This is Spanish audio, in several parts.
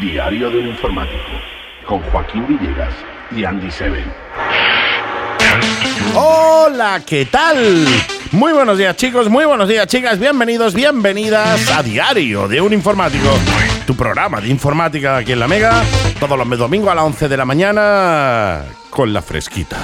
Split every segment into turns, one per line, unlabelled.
Diario de un informático con Joaquín Villegas y Andy Seven.
Hola, ¿qué tal? Muy buenos días chicos, muy buenos días chicas, bienvenidos, bienvenidas a Diario de un Informático, tu programa de informática aquí en la Mega, todos los domingos a las 11 de la mañana con la fresquita.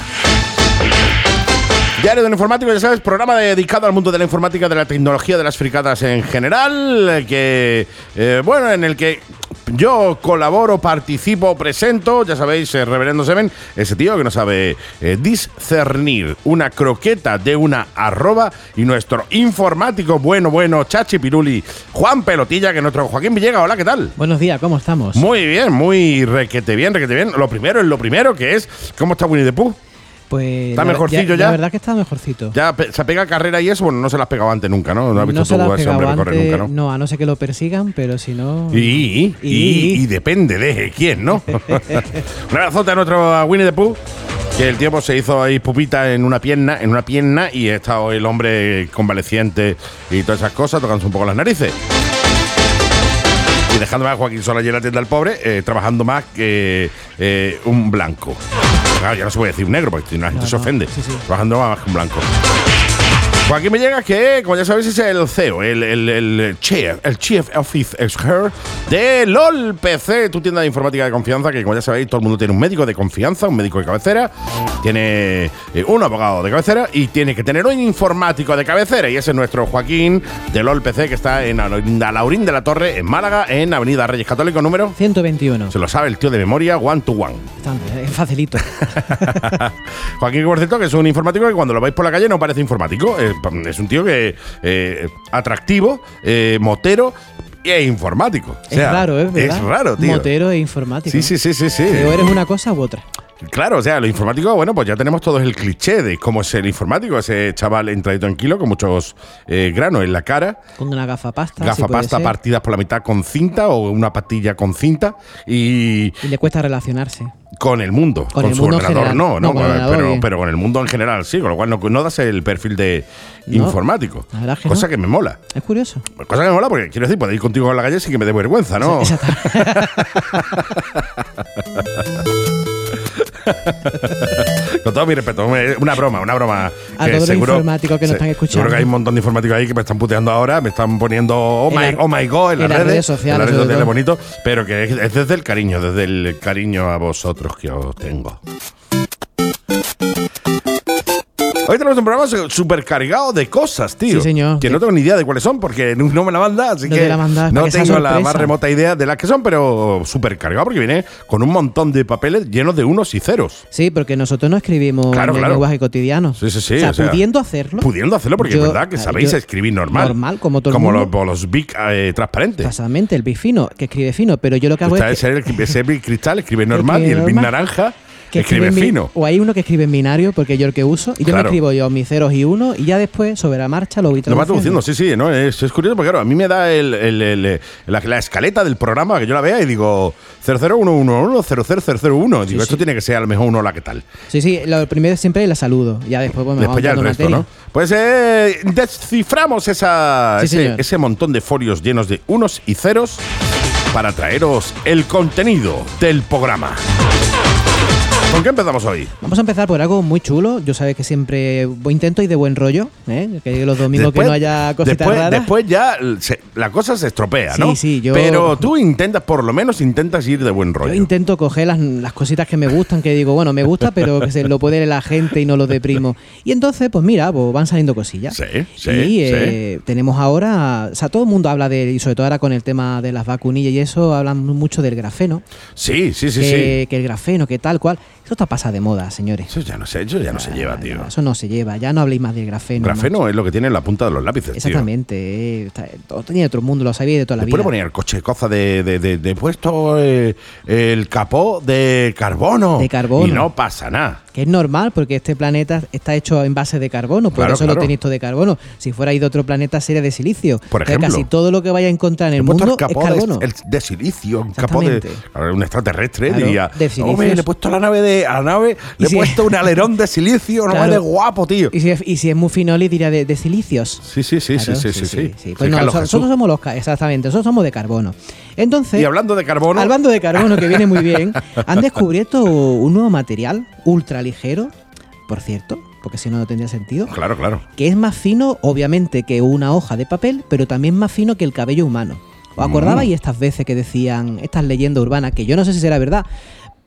Diario de un Informático, ya sabes, programa dedicado al mundo de la informática, de la tecnología, de las fricadas en general, que, eh, bueno, en el que yo colaboro, participo, presento, ya sabéis, eh, Reverendo Seven, ese tío que no sabe eh, discernir una croqueta de una arroba y nuestro informático bueno, bueno, Chachi Piruli, Juan Pelotilla, que es nuestro Joaquín Villega, hola, ¿qué tal?
Buenos días, ¿cómo estamos?
Muy bien, muy requete bien, requete bien. Lo primero es lo primero, que es, ¿cómo está Winnie the Pooh?
pues
¿Está
la-
mejorcillo ya?
La verdad que está mejorcito.
Ya pe- se pega carrera y eso, bueno, no se las has pegado antes nunca, ¿no? No has visto
no se
tú
la
a
ha
ese hombre
pegado
correr
antes,
nunca,
¿no?
¿no?
a no ser que lo persigan, pero si no...
Y, y,
Y-
y- y depende de quién, ¿no? Un abrazote a nuestro Winnie the Pooh, que el tiempo se hizo ahí pupita en una pierna, en una pierna, y ha estado el hombre convaleciente y todas esas cosas, tocándose un poco las narices. Y dejando a Joaquín Sola y en la tienda del pobre, eh, trabajando más que eh, un blanco. Claro, ya no se puede decir un negro, porque si no, la gente
No,
se
no,
ofende.
sí, sí.
Trabajando más que un blanco. Joaquín Villegas, que como ya sabéis es el CEO, el, el, el chair, el chief office expert de LOL PC, tu tienda de informática de confianza, que como ya sabéis todo el mundo tiene un médico de confianza, un médico de cabecera, tiene eh, un abogado de cabecera y tiene que tener un informático de cabecera. Y ese es nuestro Joaquín de LOL PC, que está en Ala- Laurín de la Torre, en Málaga, en Avenida Reyes Católicos número...
121.
Se lo sabe el tío de memoria, one to one.
Está- Es facilito.
Joaquín, por cierto, que es un informático que cuando lo vais por la calle no parece informático. Eh, Es un tío que eh, atractivo, eh, motero e informático. O sea,
es raro, ¿eh? ¿verdad?
Es raro, tío.
Motero e informático.
Sí, sí, sí, sí, sí.
Que o eres una cosa u otra.
Claro, o sea, lo informático, bueno, pues ya tenemos todos el cliché de cómo es el informático, ese chaval entrado tranquilo con muchos eh, granos en la cara,
Con una gafapasta. si Ah, puede
gafapasta
ser,
partidas por la mitad con cinta o una pastilla con cinta y,
Y le cuesta relacionarse.
Con el mundo, con,
Con el
su
mundo en
ordenador
general.
no, no,
No, con el
pero-
ordenador
pero,
bien.
pero con el mundo en general sí, con lo cual no, no das el perfil de
No,
informático.
la verdad es que
cosa
no.
que me mola.
Es curioso.
Cosa que me mola porque quiero decir, puedo ir contigo a la calle sin que me dé vergüenza, ¿no?
Exacto.
Con todo mi respeto, hombre, una broma, una broma.
A todos los informáticos que nos
se-
están escuchando.
Seguro que hay un montón de informáticos ahí que me están puteando ahora, me están poniendo oh
En
my,
la-
oh my god en, las redes,
sociales,
en las redes
sobre
sociales
todo.
bonito, pero que es, es desde el cariño, desde el cariño a vosotros que os tengo. Hoy tenemos un programa su- supercargado de cosas, tío.
Sí, señor.
Que no tengo ni idea de cuáles son porque no no me la manda, así
No
que
te la manda,
no
para que sea
tengo la
sorpresa.
más remota idea de las que son, pero supercargado porque viene con un montón de papeles llenos de unos y ceros.
Sí, porque nosotros no escribimos
Claro,
en el
claro.
lenguaje cotidiano.
Sí, sí, sí,
O sea,
o sea,
pudiendo hacerlo.
Pudiendo hacerlo, porque
yo-
es verdad que
claro,
sabéis
yo-
escribir normal.
Normal, como todo el
Como
mundo. Pues,
los, como los big eh, transparentes.
Exactamente, el bifino, que escribe fino, pero yo lo que hago
Está
es. que-
ese, el, ese big cristal escribe normal y
escribe
el big
normal,
naranja
que
escribe,
en bi-
fino.
O hay uno que escribe en binario, porque yo el que uso, y yo
Claro.
me escribo yo mis ceros y uno, y ya después, sobre la marcha, lo voy
Lo va
traduciendo.
traduciendo, sí, sí, ¿no? Es, es curioso porque, claro, a mí me da el, el- el- la, la escaleta del programa que yo la vea y digo 00111, 00001. Digo,
Sí,
esto
sí.
tiene que ser a lo mejor uno la que tal.
Sí, sí, lo primero siempre la saludo, ya después pues, me
Después
va
ya el
entrando
resto,
materia.
¿no? Pues eh, desciframos esa,
Sí,
ese,
señor.
ese montón de folios llenos de unos y ceros para traeros el contenido del programa. ¿Con qué empezamos hoy?
Vamos a empezar por algo muy chulo. Yo sabes que siempre voy- intento ir de buen rollo, ¿eh? que los domingos que no haya cositas
después,
raras.
después ya se- la cosa se estropea,
Sí,
¿no?
sí, yo-
Pero tú intentas, por lo menos intentas ir de buen rollo.
yo intento coger las, las cositas que me gustan, que digo, bueno, me gusta, pero que se lo puede leer la gente y no lo deprimo. Y entonces, pues mira, pues van saliendo cosillas.
Sí, sí,
y eh, tenemos ahora, o sea, todo el mundo habla de, y sobre todo ahora con el tema de las vacunillas y eso, hablan mucho del grafeno.
sí, sí, sí, sí.
que, que el grafeno, que tal cual. Eso está pasa de moda, señores.
Eso ya no se, eso ya no se
Ah,
lleva,
no,
tío.
Eso no se lleva. Ya no habléis más del grafeno. macho.
Grafeno es lo que tiene en la punta de los lápices, tío.
Exactamente. eh, está- todo tenía otro mundo, lo sabía de toda la
Después le
vida.
ponía el coche cosa de, de, de- de puesto eh, el capó de carbono.
De carbono.
Y no pasa nada.
Que es normal, porque este planeta está hecho en base de carbono, por
Claro,
eso
claro.
lo tenéis todo de carbono. Si fuera de otro planeta sería de silicio.
Por
O sea,
ejemplo.
casi todo lo que vaya a encontrar en el
He puesto
mundo es carbono.
De, este, el de silicio, un capó de
Exactamente.
a ver, un extraterrestre,
Claro,
diría.
de silicios.
Hombre, le he puesto a la nave de a la nave, le he
si-
puesto un alerón de silicio, no
Claro.
vale guapo, tío.
Y, si es, y si es muy finoli diría de, de silicios.
Sí, sí, sí,
Claro,
sí, sí, sí, sí.
sí.
Sí,
Pues no,
Carlos
nosotros,
Jesús.
somos los ca- exactamente, nosotros somos de carbono. Entonces,
Y hablando de carbono,
al bando de carbono que viene muy bien, han descubierto un nuevo material ultra ligero, por cierto, porque si no no tendría sentido,
claro, claro.
que es más fino, obviamente, que una hoja de papel, pero también más fino que el cabello humano. ¿Os acordabais
Mm.
estas veces que decían, estas leyendas urbanas, que yo no sé si será verdad?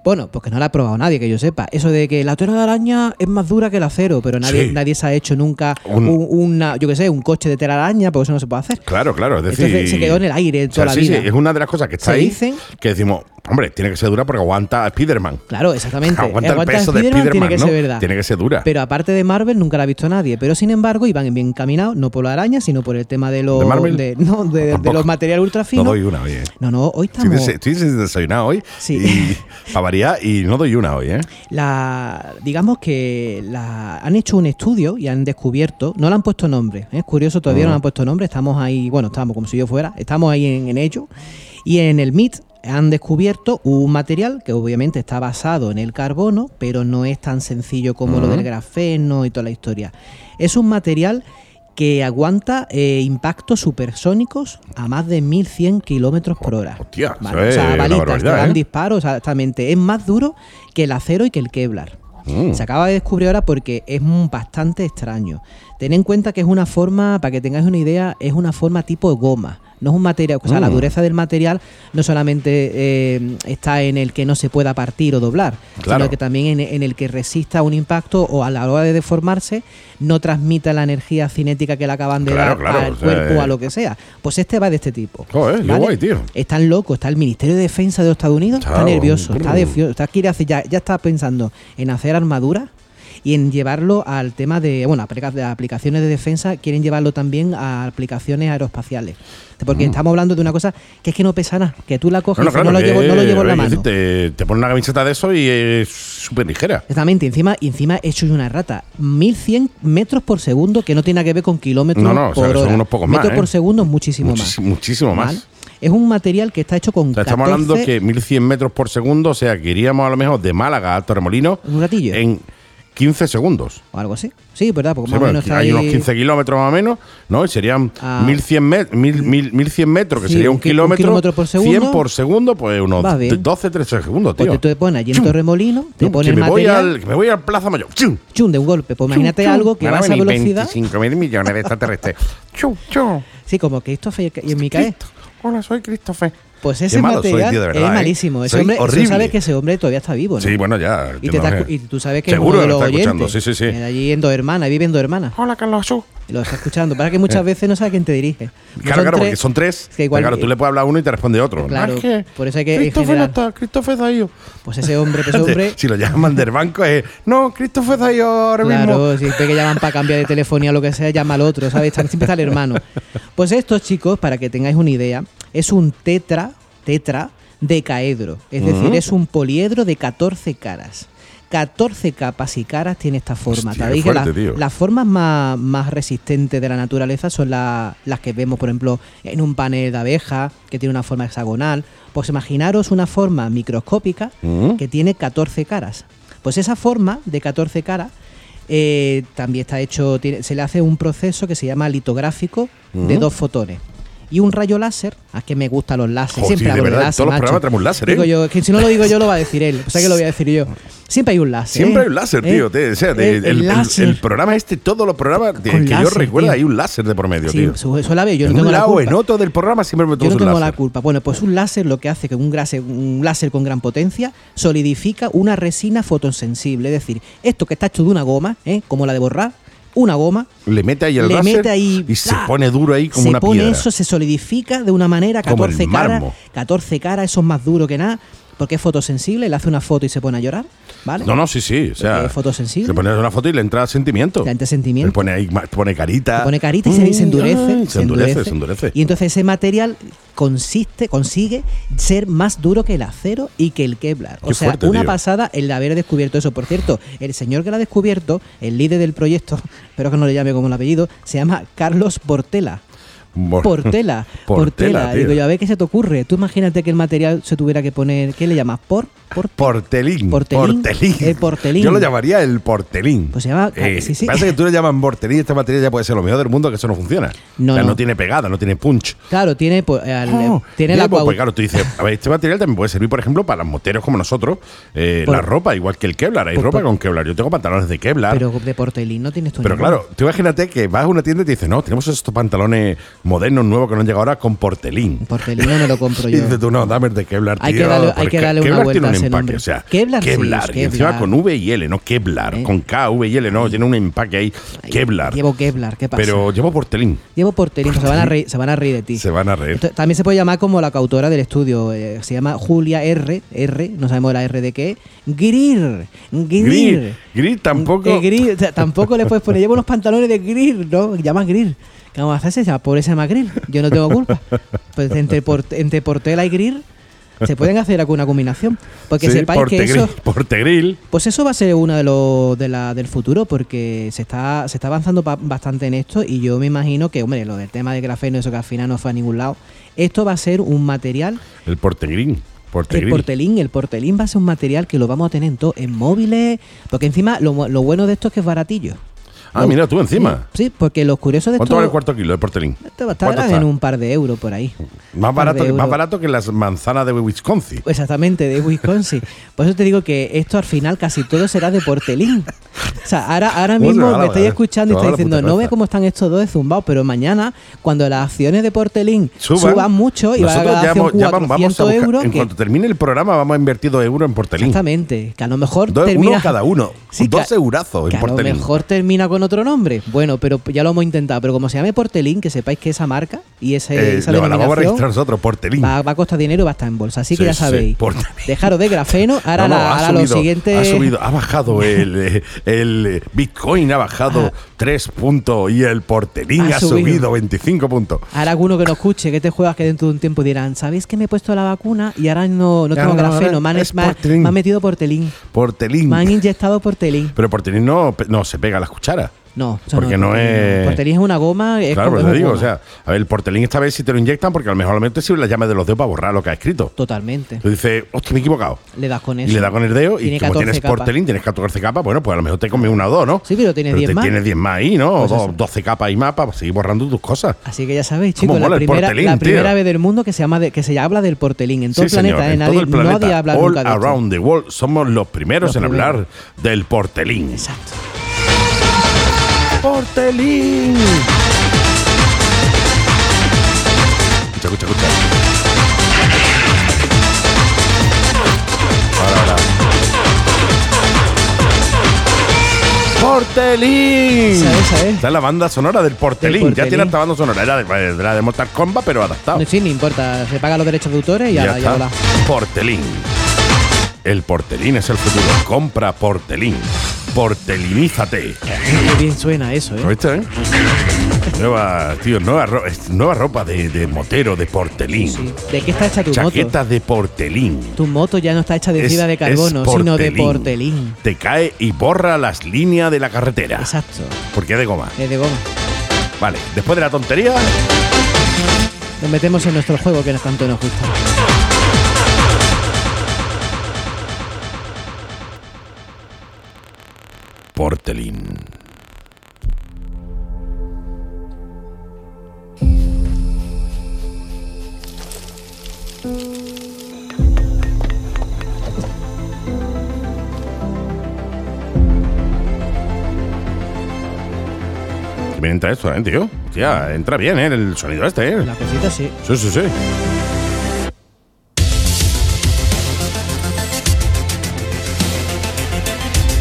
Bueno, porque no la ha probado nadie que yo sepa. Eso de que la tela de araña es más dura que el acero, pero nadie,
Sí.
nadie se ha hecho nunca
Un-
un- una, yo qué sé, un coche de tela de araña, porque eso no se puede hacer.
Claro, claro, es decir,
Entonces se quedó en el
o
aire
sea,
toda la
sí,
vida.
sí, es una de las cosas que está
Se
ahí
dicen-
que decimos, hombre, tiene que ser dura porque aguanta a Spiderman.
Claro, exactamente.
Aguanta el peso de
Spiderman,
Spiderman,
tiene que
¿no?
ser verdad.
Tiene que ser dura.
Pero aparte de Marvel, nunca la ha visto nadie. Pero sin embargo, iban bien encaminados, no por la araña, sino por el tema de los,
¿De Marvel?
de- no, de- de
Tampoco.
los materiales
No
ultrafinos.
doy una, oye.
No, no, hoy
Estoy,
estamos.
dese- estoy desayunado hoy.
Sí.
Y, para variar, y no doy una hoy, ¿eh?
La, digamos que la, han hecho un estudio y han descubierto, no le han puesto nombre, ¿eh? es curioso, todavía no le han puesto nombre, estamos ahí, bueno, estamos como si yo fuera, estamos ahí en, en ello, y en el MIT han descubierto un material que obviamente está basado en el carbono, pero no es tan sencillo como lo
Ujú.
del grafeno y toda la historia. Es un material que aguanta eh, impactos supersónicos a más de 1100 kilómetros por hora.
Hostia, eso
Vale, o
es
sea,
una
balitas, te
barbaridad,
dan
¿eh?
disparos, exactamente. Es más duro que el acero y que el Kevlar.
Mm.
Se acaba de descubrir ahora porque es un bastante extraño. Tened en cuenta que es una forma, para que tengáis una idea, es una forma tipo goma. No es un material, o sea, la
Mm.
dureza del material no solamente eh, está en el que no se pueda partir o doblar,
Claro.
sino que también en, en el que resista un impacto o a la hora de deformarse no transmita la energía cinética que le acaban de
Claro,
dar
claro,
al
o sea,
cuerpo
eh.
o a lo que sea. Pues este va de este tipo.
Joder, qué guay, tío.
Están locos, está el Ministerio de Defensa de los Estados Unidos,
Chao.
está nervioso, está,
Mm.
de, yo- está quiere hacer- ya, ya está pensando en hacer armadura y en llevarlo al tema de, bueno, aplica- de aplicaciones de defensa, quieren llevarlo también a aplicaciones aeroespaciales. Porque estamos hablando de una cosa que es que no pesa nada, que tú la coges, y dices, no, lo
Mm. que,
llevo, no lo llevo en la
oye,
mano.
Te, te pones una camiseta de eso y es súper ligera.
Exactamente, encima, y encima hecho de una rata. 1100 metros por segundo, que no tiene nada que ver con kilómetros
No, no, o
por
sea, que son
hora.
unos pocos más,
metros
¿eh?
por segundo es muchísimo,
Muchis-
más.
muchísimo más.
¿Vale? Es un material que está hecho con
O sea, estamos hablando
14
que 1100 metros por segundo, o sea, que iríamos a lo mejor de Málaga a Torremolino
Un ratillo.
en 15 segundos.
O algo así. Sí, ¿verdad? Porque
Sí,
Pues más
bueno,
o menos está
hay
ahí-
unos 15 kilómetros más o menos, ¿no? Y serían
Ah.
1100, met- mil- mil- 1100 metros, que
Sí,
sería
un
un
ki- un
kilómetro,
kilómetro por
100
segundo.
por segundo, pues unos
Va bien.
12, 13 segundos,
Pues
tío.
tú te pones allí en
Chum.
Torremolino, te
Que
pones el
me voy
material,
al, que me voy al Plaza Mayor. ¡Chum!
chum, de un golpe. Pues imagínate algo que va a esa velocidad.
25 mil millones de extraterrestres. ¡Chum, chum!
Sí, como que esto y en mi cae.
Cristo- Hola, soy Christopher.
Pues
Qué
ese
malo soy,
material
tío, de
es
verdad, ¿eh?
malísimo. Ese
Soy
hombre,
horrible.
tú sabes que ese hombre todavía está vivo, ¿no?
Sí, bueno, ya.
y, te
no
está-
sé.
y tú sabes que
Seguro
es
que lo
uno de
está
los
escuchando,
oyentes.
sí, sí, sí.
Eh, Allí en dos hermanas, vive en dos hermanas.
Hola, Carlos Jesús.
Y lo está escuchando. Para que muchas veces no sabe quién te dirige. Como
Claro, claro, porque
tres-
son tres.
Es que igual-
claro, tú le puedes hablar a uno y te responde otro. ¿no?
Claro,
Es que
por eso hay que
Christopher
generar-
no está, Christopher Dayo.
Pues ese hombre, ese hombre.
Si lo llaman del banco es, no, Christopher Dayo ahora mismo.
Claro, si ve que llaman para cambiar de telefonía o lo que sea, llama al otro, ¿sabes? Está- Siempre está el hermano. Pues estos chicos, para que tengáis una idea, es un tetra, tetra decaedro. Es decir, es un poliedro de 14 caras. 14 capas y caras tiene esta forma.
Hostia,
Sabéis
qué
que la-
fuerte, tío.
las formas más, más resistentes de la naturaleza son la- las que vemos, por ejemplo, en un panel de abeja, que tiene una forma hexagonal. Pues imaginaros una forma microscópica
Mm.
que tiene 14 caras. Pues esa forma de 14 caras eh, también está hecho, tiene- se le hace un proceso que se llama litográfico de
Ujú.
dos fotones. Y un rayo láser, a que me gustan los láseres,
Joder,
siempre
de
hablo de
verdad, en
láser,
todos los
macho.
programas traemos láser, ¿eh?
Digo yo, es que si no lo digo yo lo va a decir él, o sea que lo voy a decir yo. Siempre hay un láser.
Siempre
¿eh?
hay un láser,
¿Eh?
tío. te- o sea, de-
Eh,
el, el-
láser.
el programa este, todos los programas de-
Con
que yo
láser,
recuerdo,
tío.
hay un láser de promedio,
Sí,
tío.
su- eso la veo, yo
en
no tengo
un
la
lado o
culpa.
en otro del programa siempre me
Yo no
tomas un
tengo
láser.
la culpa. Bueno, pues un láser lo que hace que un, grase- un láser con gran potencia solidifica una resina fotosensible. Es decir, esto que está hecho de una goma, ¿eh? como la de borrar, una goma,
Le mete ahí el
Le
láser
mete ahí,
y se
¡pla!
pone duro ahí como
se
una
pone
piedra.
eso, se solidifica de una manera
Como el
14 caras.
mármol.
14 caras, eso es más duro que nada. porque es fotosensible, le hace una foto y se pone a llorar, ¿vale?
No, no, sí, sí. O sea,
Porque es fotosensible.
Le pones una foto y le entra sentimiento.
Eh, Le entra
Le
sentimiento.
pone, ahí, ma- te pone carita.
Te pone carita y se,
Ay,
se endurece,
Mm, ay, se endurece. Se endurece.
Y entonces ese material consiste, consigue ser más duro que el acero y que el Kevlar. O
Qué
sea,
fuerte,
una
tío.
pasada el haber descubierto eso. Por cierto, el señor que lo ha descubierto, el líder del proyecto, espero que no le llame como el apellido, se llama Carlos Portela.
Bueno,
Portela,
Portela,
Portela.
tío.
Digo yo, a ver qué se te ocurre. Tú imagínate que el material se tuviera que poner, ¿qué le llamas? Por, por,
Portelín.
Portelín. El portelín.
Yo lo llamaría el portelín.
Pues se llama- sí, sí.
Parece que tú le llaman portelín y esta materia ya puede ser lo mejor del mundo que eso no funciona.
No,
O sea,
no.
no tiene pegada, no tiene punch.
Claro, tiene, pues, al-
Oh,
tiene
ya,
la
pues,
coau-
pues claro, tú dices, a ver, este material también puede servir, por ejemplo, para los moteros como nosotros, eh,
Por-
la ropa, igual que el Kevlar, hay
por-
ropa
por-
con Kevlar, yo tengo pantalones de Kevlar.
Pero pues, de portelín no tienes tú
Pero
ninguno.
claro, tú imagínate que vas a una tienda y te dicen, no, tenemos estos pantalones modernos, nuevos que no han llegado ahora con portelín.
Portelín no me lo compro
Y
yo.
dices tú, no, dame el de Kevlar,
Hay que
tío,
darle- hay
porque
que darle una
Kevlar
vuelta
tiene
a
un
ese
empaque,
nombre.
o sea,
Kevlar sí,
Kevlar,
es
y encima
Kevlar.
con V y L, no Kevlar,
¿Eh?
con K, V y L, no, tiene un empaque ahí,
Ay,
Kevlar.
Llevo Kevlar, ¿qué pasa?
Pero llevo portelín.
Llevo porterín, se van a reír, se van a reír de ti.
Se van a reír.
Esto- También se puede llamar como la cautora del estudio. eh, se llama Julia R. R. No sabemos la R de qué. Greer.
Gris,
Greer.
gris tampoco.
Eh, Greer, o sea, tampoco le puedes poner. Llevo unos pantalones de Greer, ¿no? Llamas Greer. ¿Qué vamos a hacer? Se llama- Pobre se llama Greer. Yo no tengo culpa. Pues entre, por- entre Portela y Greer se pueden hacer alguna combinación. Porque
Sí,
sepáis que
portegri-
eso.
portegril.
Pues eso va a ser uno de los de la- del futuro porque se está se está avanzando pa- bastante en esto y yo me imagino que hombre lo del tema de grafeno eso que al final no fue a ningún lado esto va a ser un material
El portegrín.
el
Portegril.
portelín el portelín va a ser un material que lo vamos a tener en todo en móviles porque encima lo, mo- lo bueno de esto es que es baratillo
Ah, mira tú encima.
sí porque los curiosos de
¿Cuánto
esto
vale el cuarto kilo de portelín?
esto estará
¿Cuánto está?
en un par de euros por ahí
Más
Un par de
barato, que- más
euros.
barato que las manzanas de Wisconsin.
Exactamente, de Wisconsin. Por eso te digo que esto al final casi todo será de portelín. O sea, ahora, ahora
Bueno,
mismo
ahora
me
va,
estáis
eh.
escuchando y
Ahora
estáis
la puta
diciendo, no
cabeza.
ve cómo están estos dos de zumbados, pero mañana, cuando las acciones de portelín
Suban.
suban, mucho y va a
Nosotros
la
ya,
acción
vamos- ya vamos-
400
vamos a buscar-
euros,
En
que-
cuanto termine el programa, vamos a invertir dos euros en portelín.
exactamente, que a lo mejor
Dos,
termina...
uno cada uno.
Sí,
dos
que-
eurazos
que
en
a lo
portelín.
mejor termina con otro nombre. Bueno, pero ya lo hemos intentado. Pero como se llame Portelín, que sepáis que esa marca y ese,
Eh,
esa
lo vamos a registrar
denominación
nosotros, portelín.
va, va a costar dinero y va a estar en bolsa. Así
Mm. Sí,
que ya
sí,
sabéis.
portelín.
Dejaros de grafeno. Ahora,
No, no,
la-
ha
ahora lo
subido,
siguiente.
Ha subido, ha bajado el, eh, el eh, Bitcoin, ha bajado 3 puntos y el portelín ha,
Ah. Ha
subido.
subido.
25 puntos.
Ahora alguno que no escuche, que te juegas que dentro de un tiempo dirán, ¿sabéis que me he puesto la vacuna y ahora no, no
Ya,
tengo
no, ahora
grafeno? Me han,
es Mm.
me han-
portelín.
me han metido portelín.
Portelín.
Me han inyectado portelín.
Pero portelín no, pe- no se pega a las cucharas.
No, eso
Porque no es-
Portelín es una goma. Es
claro,
como-
pero
es
te digo,
un
o
goma.
sea, a ver, el portelín esta vez si te lo inyectan, porque a lo mejor te sirve la llave de los dedos para borrar lo que ha escrito.
Totalmente.
Tú dices, hostia, me he equivocado.
Le das con eso.
Y le da con el dedo y
Tiene
como
14
tienes
capas.
portelín, tienes 14 capas, bueno, pues a lo mejor te comes una o dos, ¿no?
Sí, pero tienes 10
te
más.
tienes 10 más ahí, ¿no?
Pues
O
eso.
12 capas y más para seguir borrando tus cosas.
Así que ya sabéis,
¿Cómo
chicos, la
mola el
primera,
portelín,
la
tío?
primera vez del mundo que se llama de- que se habla del portelín en todo
Sí,
el
señor,
planeta, ¿eh?
en
Nadie,
todo el planeta.
nadie habla
All
nunca de esto.
around the world somos los primeros
Los
en
primeros.
hablar del portelín.
Exacto.
¡Portelín! Escucha, escucha, escucha. Ahora, ahora. ¡Portelín!
Esa, esa, ¿eh?
Está la banda sonora del portelín.
Del
Ya tiene
Portelín.
esta banda sonora. Era de, eh, era de Mortal Kombat, pero adaptado.
No, sí, no importa, se pagan los derechos de autores y
Ya
ahora Ah. ya
está.
habla.
Portelín. El portelín es el futuro. Compra portelín. Portelinízate.
Qué bien suena eso,
¿Lo
¿eh?
viste, eh? Nueva, tío, nueva, ro- es- nueva ropa de, de motero, de portelín.
Sí. ¿De qué está hecha tu moto?
Chaquetas de portelín.
Tu moto ya no está hecha de
Es-
fibra de
es
carbono, sino de portelín.
Te cae y borra las líneas de la carretera.
Exacto,
Porque es de goma.
es de goma.
Vale, después de la tontería,
Nos metemos en nuestro juego que no tanto nos gusta.
portelín. Qué Bien entra esto, eh, tío. Hostia, entra bien, eh, el sonido este, eh.
La cosita sí.
Sí, sí, sí.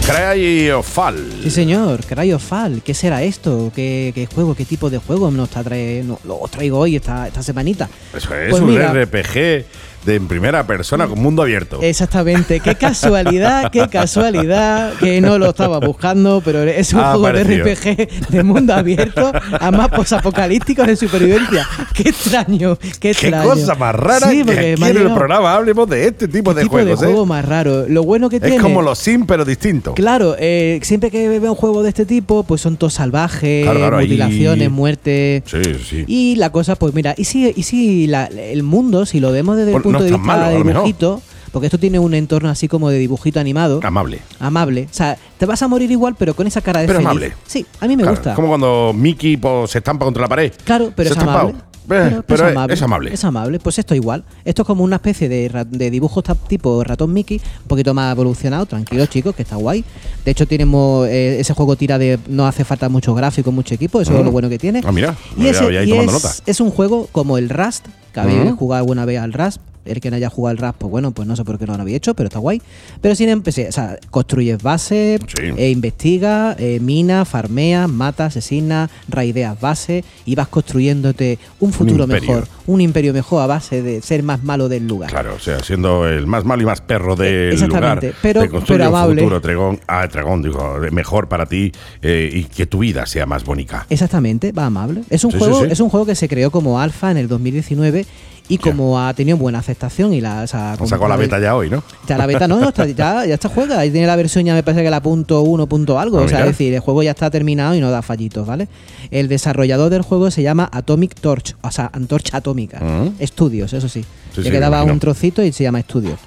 Crea Cryofall.
Sí, señor, Cryofall. ¿Qué será esto? ¿Qué, qué juego? ¿Qué tipo de juego nos está trae, no, lo os traigo hoy esta, esta semanita?
Eso es
Pues
un
mira.
RPG de en primera persona con mundo abierto.
Exactamente, qué casualidad, qué casualidad, que no lo estaba buscando, pero es un
Ha
juego
aparecido.
de RPG de mundo abierto, además posapocalíptico de supervivencia. Qué extraño, qué
Qué
extraño.
cosa más rara
Sí, porque
que aquí
me ha
en el
llegado
programa hablemos de este tipo
qué
de
tipo
juegos.
de
¿eh?
juego más raro. Lo bueno que tiene
Es como los Sims, pero distinto.
Claro, eh, siempre que veo un juego de este tipo, pues son todos salvajes,
Claro, claro, ahí-
mutilaciones, muerte.
Sí, sí.
Y la cosa, pues mira, y si, y si la- el mundo, si lo vemos desde
Pues no
el punto de
es tan
vista
malo, a
de
lo mejor.
dibujito, porque esto tiene un entorno así como de dibujito animado,
Amable.
amable. O sea, te vas a morir igual, pero con esa cara de
Pero
feliz.
amable.
Sí, a mí me
Claro,
gusta.
Como cuando Mickey pues, se estampa contra la pared.
Claro, pero
Se
es
ha
amable.
tapado. Eh, pero es- es amable.
Es amable. Pues esto igual. Esto es como una especie de, ra- de dibujo ta- tipo ratón Mickey, un poquito más evolucionado. Tranquilo, chicos, que está guay. De hecho, tenemos eh, ese juego tira de. No hace falta mucho gráfico, mucho equipo. Eso es lo bueno que tiene.
Ah, mira,
Y,
ya-
ese-
ya ahí
y
tomando
es,
nota. Mm.
es un juego como el Rust, que habéis
Ujú.
jugado alguna vez al Rust. El que no haya jugado al Rust, pues bueno, pues no sé por qué no lo había hecho, pero está guay. Pero sin empecé, o sea, construyes bases,
Sí.
eh, investiga, eh, mina, farmea, mata, asesina, raideas bases y vas construyéndote un futuro
imperio.
mejor, un imperio mejor a base de ser más malo del lugar.
Claro, o sea, siendo el más malo y más perro del lugar.
Eh, exactamente, pero-
te construye
pero
un
amable.
futuro, Tregón, ah, Tregón, digo, mejor para ti eh, y que tu vida sea más bonita.
Eh, Exactamente, va amable. Es un
Sí,
juego,
sí, sí.
es un juego que se creó como alfa en el 2019 y como ha tenido buena aceptación y la o sea,
Nos
como-
sacó la beta ya hoy, ¿no?
Ya la beta no, no, está, ya, ya está juega. Ahí tiene la versión, ya me parece que la punto uno, punto algo.
Ah,
o sea,
mira.
es decir, el juego ya está terminado y no da fallitos, ¿vale? El desarrollador del juego se llama Atomic Torch, o sea, Antorcha Atómica.
Mm.
Estudios, eso sí.
Sí,
Le
sí,
quedaba
imagino.
un trocito y se llama Estudios.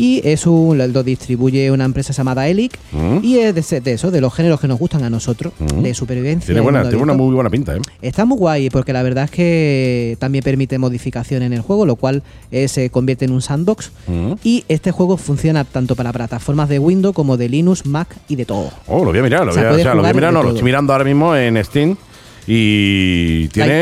Y es un, lo distribuye una empresa llamada Elic.
Mm.
Y es de, ese- de eso, de los géneros que nos gustan a nosotros, de supervivencia.
Ah. Tiene,
y
buena,
mundo
tiene una
abierto.
muy buena pinta, ¿eh?
Está muy guay porque la verdad es que también permite modificación en el juego, lo cual eh, se convierte en un sandbox.
Mm.
Y este juego funciona tanto para plataformas de Windows como de Linux, Mac y de todo.
Oh, lo voy a mirar, lo voy
O sea,
a, o
puedes
sea, lo voy a
jugar
mirar,
de
no, lo
todo.
estoy mirando ahora mismo en Steam y tiene,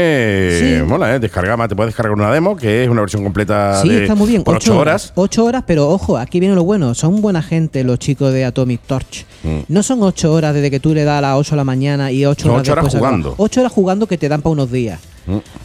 Hay- sí.
mola, ¿eh? Descargama, te puedes descargar una demo que es una versión completa
Sí,
de,
está muy bien.
por 8 horas.
8 horas, pero ojo, aquí viene lo bueno. Son buena gente los chicos de Atomic Torch.
Mm.
No son 8 horas desde que tú le das a las 8 de la mañana y 8
Son
horas
ocho horas jugando. Mm.
8 horas jugando que te dan para unos días.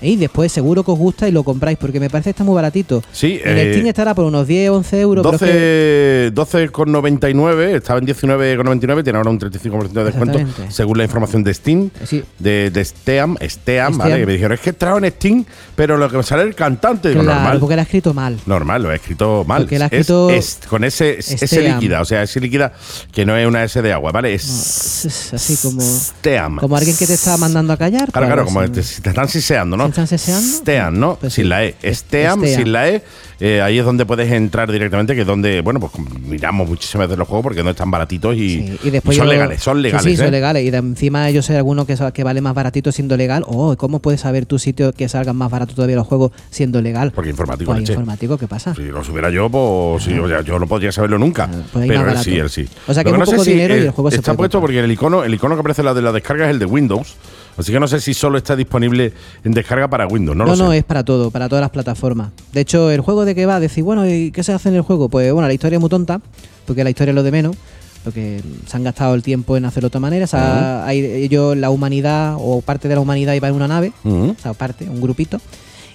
Y después seguro que os gusta y lo compráis porque me parece que está muy baratito.
Sí,
en
eh,
el Steam estará por unos 10, 11 euros. pero es que-
12 12,99, estaba en 19,99, tiene ahora un 35% de descuento,
Exactamente.
según la información de Steam.
Sí.
De, de Steam, Steam,
Steam.
¿vale? Que me dijeron, es que he entrado en Steam, pero lo que me sale es el cantante. Digo,
Claro,
normal.
porque era escrito mal.
Normal, lo he escrito mal.
Porque la ha
Es-
escrito
es, con ese, es- ese
Steam.
líquida, o sea, ese líquida que no es una S de agua, ¿vale? Es
Es- es Así como.
Steam.
Como alguien que te está mandando a callar.
Claro, claro,
pues,
como este,
eh,
te, te están siseando, ¿no?
¿Te están siseando?
Steam, ¿no?
Pues
sin
sí.
la E.
Esteam.
Steam, sin la E. eh, ahí es donde puedes entrar directamente, que es donde, bueno, pues miramos muchísimas veces los juegos porque no están baratitos y,
sí, y después
y son
yo-
legales, son
sí,
legales.
Sí,
¿eh?
son legales. Y de encima yo sé alguno que, sa- que vale más baratito siendo legal. Oh, ¿cómo puedes saber tu sitio que salgan más barato todavía los juegos siendo legal?
Porque informático,
Pues,
leche.
informático, ¿qué pasa?
Si lo subiera yo, pues sí, o sea, yo no podría saberlo nunca.
Ah, pues ahí
pero
más
él
barato.
sí, él sí.
O sea, que
Lo
muy
no sé
poco dinero y el
eh,
juego se
Está
puede
puesto
comprar.
porque el icono, el icono que aparece en la de la descarga es el de Windows. Así que no sé si solo está disponible en descarga para Windows. No,
No,
lo sé.
no, es para todo, para todas las plataformas. De hecho, el juego de qué va, decir, bueno, ¿y qué se hace en el juego? Pues bueno, la historia es muy tonta, porque la historia es lo de menos, porque se han gastado el tiempo en hacerlo de otra manera. O sea, hay- ellos, la humanidad, o parte de la humanidad iba en una nave,
Ujú.
o sea, parte, un grupito,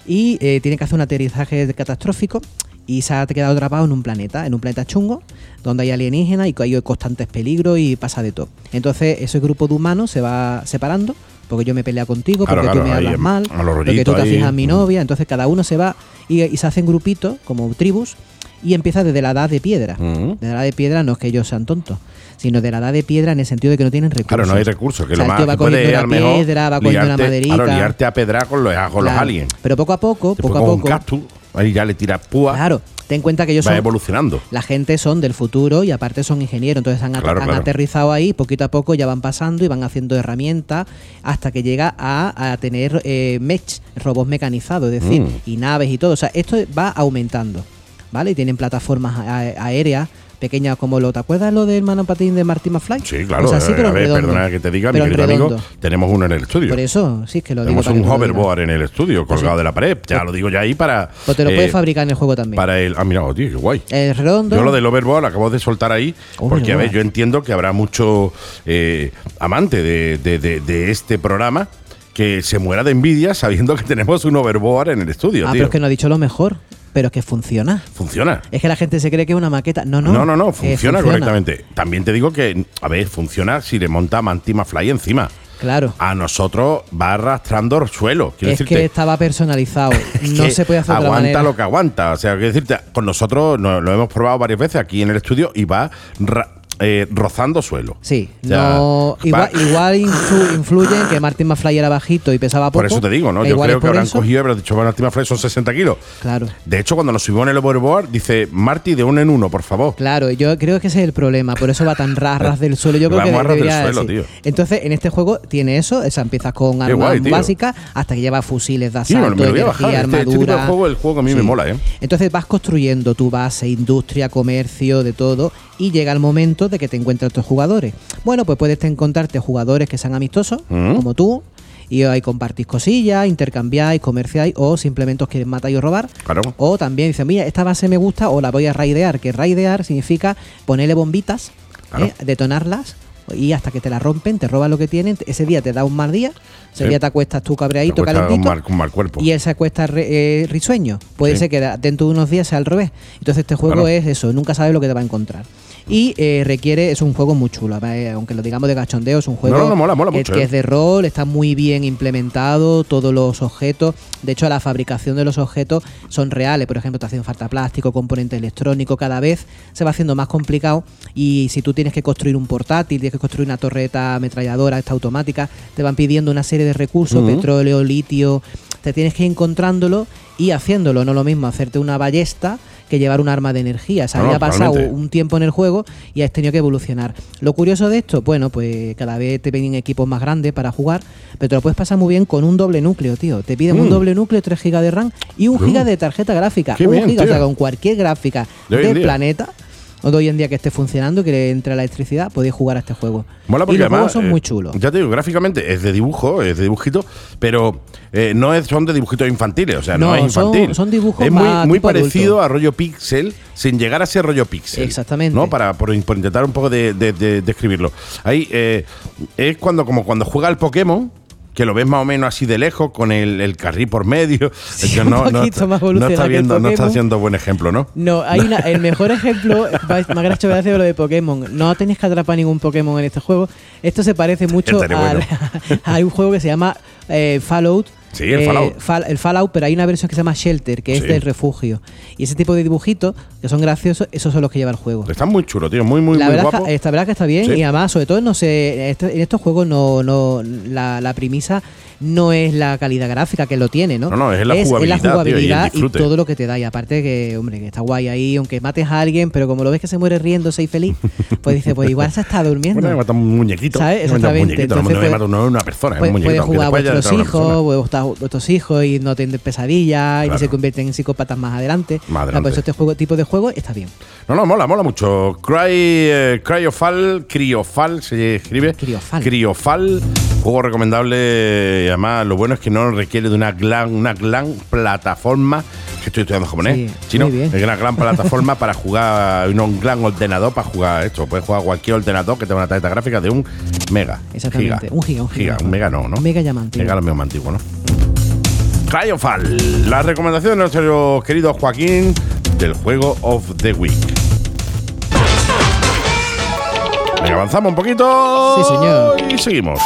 y eh, tienen que hacer un aterrizaje catastrófico. Y se ha quedado atrapado en un planeta, en un planeta chungo, donde hay alienígenas y que hay constantes peligros y pasa de todo. Entonces, ese grupo de humanos se va separando, porque yo me pelea contigo,
Claro,
porque
claro,
tú me
ahí,
hablas mal,
a los
porque tú
rollitos
te
ahí.
fijas a mi
Mm.
novia, entonces cada uno se va y, y se hacen grupitos, como tribus, y empieza desde la edad de piedra.
Ujú.
De la edad de piedra no es que ellos sean tontos, sino de la edad de piedra en el sentido de que no tienen recursos.
Claro, no hay recursos. Que
O
lo
sea, el
más
tío va
que puede es,
cogiendo una
a lo mejor,
piedra, va cogiendo una
liarte-
maderita.
Claro, liarte a pedra con los, con los
Claro.
aliens.
Pero poco a poco,
Te
poco a
pongo un
poco.
cactus, ahí ya le tiras púa,
Claro, ten en cuenta que ellos
va
son
evolucionando.
la gente son del futuro y aparte son ingenieros, entonces han,
Claro,
han
claro.
aterrizado ahí, poquito a poco ya van pasando y van haciendo herramientas hasta que llega a, a tener eh, mech, robots mecanizados, es decir,
Mm.
y naves y todo. O sea, esto va aumentando, ¿vale? Y tienen plataformas a- aéreas pequeñas como lo. ¿Te acuerdas lo del manopatín de Marty McFly?
Sí, claro. eh,
Pues así,
a
pero en
ver,
redondo.
perdona que te diga, mi
Pero en
querido amigo,
redondo.
tenemos uno en el estudio.
Por eso, sí, es que lo digo.
tenemos
para que Pues
un
tú lo digas.
hoverboard en el estudio colgado de la pared. Ya lo digo ya ahí para.
O Pues te lo
eh,
puedes fabricar en el juego también.
Para el. Ah, mira, oh, tío, qué guay.
El redondo.
Yo lo del overboard lo acabo de soltar ahí,
Uy,
porque a
no.
ver, yo entiendo que habrá mucho eh, amante de, de- de- de este programa que se muera de envidia sabiendo que tenemos un overboard en el estudio,
ah,
tío.
pero es que no ha dicho lo mejor. Pero es que funciona.
Funciona.
Es que la gente se cree que es una maqueta. No, no.
No, no, no,
eh,
funciona correctamente. También te digo que, a ver, funciona si le monta Mantima Fly encima.
Claro.
A nosotros va arrastrando el suelo. Ah, Quiero
es
decirte,
que estaba personalizado. no
que
se puede hacer de otra
aguanta
manera.
lo que aguanta. O sea, quiero decirte, con nosotros no- lo hemos probado varias veces aquí en el estudio y va ra- eh, rozando suelo.
Sí,
O sea,
no,
va-
igual, igual influ- influye en que Martin McFly era bajito y pesaba poco.
Por eso te digo, ¿no?
e
Yo
igual
creo
es
que
por
habrán
eso.
cogido y habrán dicho, bueno, Martín Fly son 60 kilos.
Claro,
De hecho, cuando nos subimos en el overboard, dice, Marty, de uno en uno, por favor.
claro, yo creo que ese es el problema, por eso va tan rarras del suelo. Yo creo
Va
que
muy a ras del
debería
suelo,
decir.
tío.
Entonces, en este juego tiene eso, esa empiezas con armas
guay, tío.
básicas hasta que lleva fusiles de
Tío,
asalto,
me lo voy a
energía,
bajar. Este-
armadura.
este tipo de juego, el juego que a mí me mola, ¿eh?
Entonces vas construyendo tu base, industria, comercio, de todo, y llega el momento de que te encuentras tus jugadores. Bueno, pues puedes te encontrarte jugadores que sean amistosos,
Mm.
como tú, y ahí compartís cosillas, intercambiáis, comerciáis, o simplemente os quieren matar y robar.
Claro.
O también dicen, mira, esta base me gusta o la voy a raidear, que raidear significa ponerle bombitas,
Claro.
¿eh? detonarlas. Y hasta que te la rompen, te roban lo que tienen, ese día te da un mal día, ese
Sí.
día te acuestas tú cabreadito,
Te cuesta un
calentito,
mal, un mal cuerpo.
y él se acuesta re- eh, risueño. Puede
Sí.
ser que da- dentro de unos días sea al revés. Entonces este juego
Claro.
es eso, nunca sabes lo que te va a encontrar. Y eh, requiere, es un juego muy chulo, además, eh, aunque lo digamos de cachondeo, es un juego
no, no, mola, mola
que-
mucho,
que
eh.
es de rol, está muy bien implementado, todos los objetos, de hecho la fabricación de los objetos son reales, por ejemplo, te hacen falta plástico, componente electrónico, cada vez se va haciendo más complicado y si tú tienes que construir un portátil, tienes que construir una torreta ametralladora, esta automática, te van pidiendo una serie de recursos,
Ujú.
petróleo, litio, te tienes que ir encontrándolo y haciéndolo, no lo mismo hacerte una ballesta que llevar un arma de energía, o sea,
No, no,
había pasado
totalmente.
un tiempo en el juego y has tenido que evolucionar. Lo curioso de esto, bueno, pues cada vez te piden equipos más grandes para jugar, pero te lo puedes pasar muy bien con un doble núcleo, tío. Te piden
Mm.
un doble núcleo, 3 GB de RAM y un
Mm.
giga de tarjeta gráfica.
Qué
un
bien,
giga, o sea,
tío.
con cualquier gráfica
De hoy en
del
día.
planeta. O de hoy en día que esté funcionando, que le entre la electricidad, podéis jugar a este juego.
Mola
y
porque
los
además,
juegos son
eh,
muy chulos.
Ya te digo, gráficamente es de dibujo, es de dibujito, pero eh, no es, son de dibujitos infantiles, o sea, no,
No,
es
son-
infantil.
son dibujos
Es muy,
más
muy
tipo
parecido
adulto.
a rollo pixel, sin llegar a ser rollo pixel.
Exactamente.
¿no? Para, por, por intentar un poco de- de- de- describirlo. Ahí eh, es cuando, como cuando juega el Pokémon. Que lo ves más o menos así de lejos, con el, el carril por medio.
Sí,
Es que
un poquito
está-
más
no,
evolucionado
está
que el
viendo, no está
Pokémon.
siendo buen ejemplo, ¿no?
No, hay una- el mejor ejemplo, va- me ha hecho gracia lo de Pokémon. No tenéis que atrapar ningún Pokémon en este juego. Esto se parece mucho
Estaría
al-
Este bueno.
hay un juego que se llama eh, Fallout.
Sí, el
Eh,
Fallout.
Fall- el Fallout, pero hay una versión que se llama Shelter, que
Sí.
es del refugio. Y ese tipo de dibujitos, que son graciosos, esos son los que lleva el juego.
Está muy chulo, tío. Muy, muy,
la
muy
verdad,
guapo.
está, esta verdad que eh, está bien
Sí.
y además, sobre todo, no sé, este- en estos juegos no, no la, la premisa no es la calidad gráfica que lo tiene, ¿no?
No, no, es la jugabilidad, tío, y el
jugabilidad y,
disfrute.
todo lo que te da. Y aparte que, hombre, que está guay ahí, aunque mates a alguien, pero como lo ves que se muere riéndose y feliz, pues dice, pues igual se está durmiendo.
Bueno, me mata un muñequito.
¿Sabes?
Me mata un
Exactamente.
muñequito. No,
Entonces,
no me mata
pues,
no, una persona, es un
Puedes,
muñequito.
puedes
aunque
jugar a
después haya
vuestros
entrado una
hijos,
persona.
vuestras- vuestros hijos y no tienen pesadillas y
Claro.
ni se convierten en psicópatas más adelante.
Más
O sea, por
adelante.
eso este juego, tipo de juego está bien.
No, no, mola, mola mucho. Cry, eh, Cryofall, Criofal se escribe.
Criofal.
Criofal, juego recomendable. Y además, lo bueno es que no requiere de una gran, una gran plataforma. Que estoy estudiando japonés,
Sí,
chino.
muy bien.
Es una gran plataforma para jugar, no un gran ordenador para jugar esto. Puedes jugar cualquier ordenador que tenga una tarjeta gráfica de un mega.
Exactamente.
giga.
Un giga, un giga.
Un mega no, ¿no?
Un mega llamante.
Mega lo mismo antiguo, ¿no? Cryofall, la recomendación de nuestro querido Joaquín del juego of the week. Venga, avanzamos un poquito.
Sí, señor.
Y seguimos.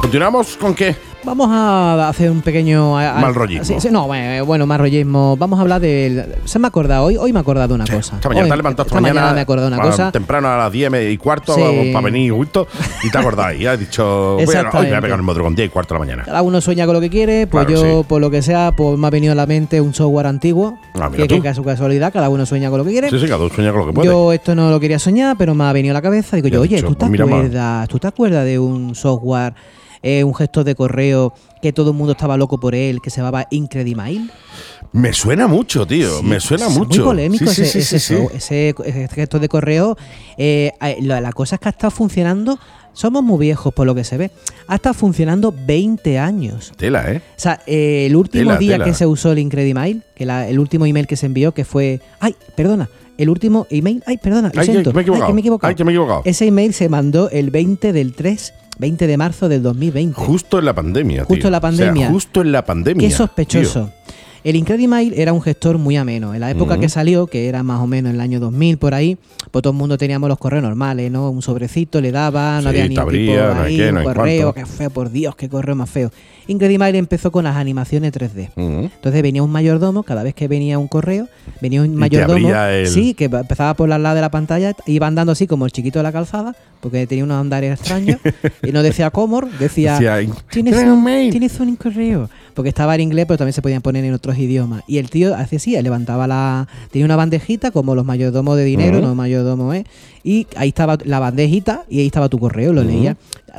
¿Continuamos con qué?
Vamos a hacer un pequeño... a- a-
Mal rollismo.
Sí, sí, no, bueno, eh, bueno, mal rollismo. Vamos a hablar del... Se me ha acordado hoy, hoy me ha acordado una cosa.
Esta mañana
Hoy-
te has levantado
esta mañana me he acordado una
bueno,
cosa.
Temprano a las 10 y cuarto
Sí.
para venir justo y te acordáis. Ya has dicho, voy a, hoy me voy a
Exactamente.
pegar un madrugón 10 y cuarto de la mañana.
Cada uno sueña con lo que quiere, pues
Claro que
yo,
sí.
por lo que sea, pues me ha venido a la mente un software antiguo.
Ah, mira
que,
tú.
que a su casualidad, cada uno sueña con lo que quiere.
Sí, sí, cada uno sueña con lo que puede.
Yo esto no lo quería soñar, pero me ha venido a la cabeza. Digo
Ya
yo,
has
oye,
dicho, pues
¿tú te,
mira, ma.
acuerdas, ¿tú te acuerdas de un software eh, un gestor de correo que todo el mundo estaba loco por él, que se llamaba Incredimail.
Me suena mucho, tío.
Sí,
me suena
es
mucho.
Muy polémico
Sí, sí,
ese,
sí,
ese
sí, sí.
show, ese- ese gesto de correo. Eh, eh, la, la cosa es que ha estado funcionando. Somos muy viejos por lo que se ve. Ha estado funcionando 20 años.
Tela, ¿eh?
O sea, eh, el último
Tela,
día
tela.
que se usó el Incredimail, que la- el último email que se envió, que fue. ¡Ay, perdona! El último email. ¡Ay, perdona! Lo
Ay, que
siento.
me he equivocado.
Ay, que me he equivocado.
Ay, que me he equivocado.
Ese email se mandó el 20 del 3, 20 de marzo del 2020.
Justo en la pandemia, tío.
Justo en la
O sea,
pandemia.
justo en la pandemia.
Qué sospechoso.
tío.
El Incredimail era un gestor muy ameno. En la época
Ujú.
que salió, que era más o menos en el año 2000 por ahí, pues todo el mundo teníamos los correos normales, ¿no? Un sobrecito le daba, no
Sí,
había ni
te abría,
tipo
no hay
ahí,
qué,
un
no hay
correo,
cuánto.
qué feo, por Dios, qué correo más feo. Incredimail empezó con las animaciones 3D.
Ujú.
Entonces venía un mayordomo, cada vez que venía un correo, venía un
te
mayordomo.
abría el-
Sí, que empezaba por al lado de la pantalla, iba andando así como el chiquito de la calzada, porque tenía unos andares extraños, y no decía Comor, decía,
Decía,
tienes
"Trae un
un,
mail".
tienes un correo. Porque estaba en inglés, pero también se podían poner en otros idiomas. Y el tío hacía así, levantaba la. Tenía una bandejita, como los mayordomos de dinero,
Ujú.
no mayordomos, ¿eh? Y ahí estaba la bandejita y ahí estaba tu correo, lo
Ujú.
leía.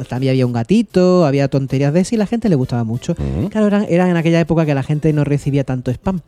También había un gatito, había tonterías de esas y la gente le gustaba mucho.
Ujú.
Claro, eran, eran en aquella época que la gente no recibía tanto spam.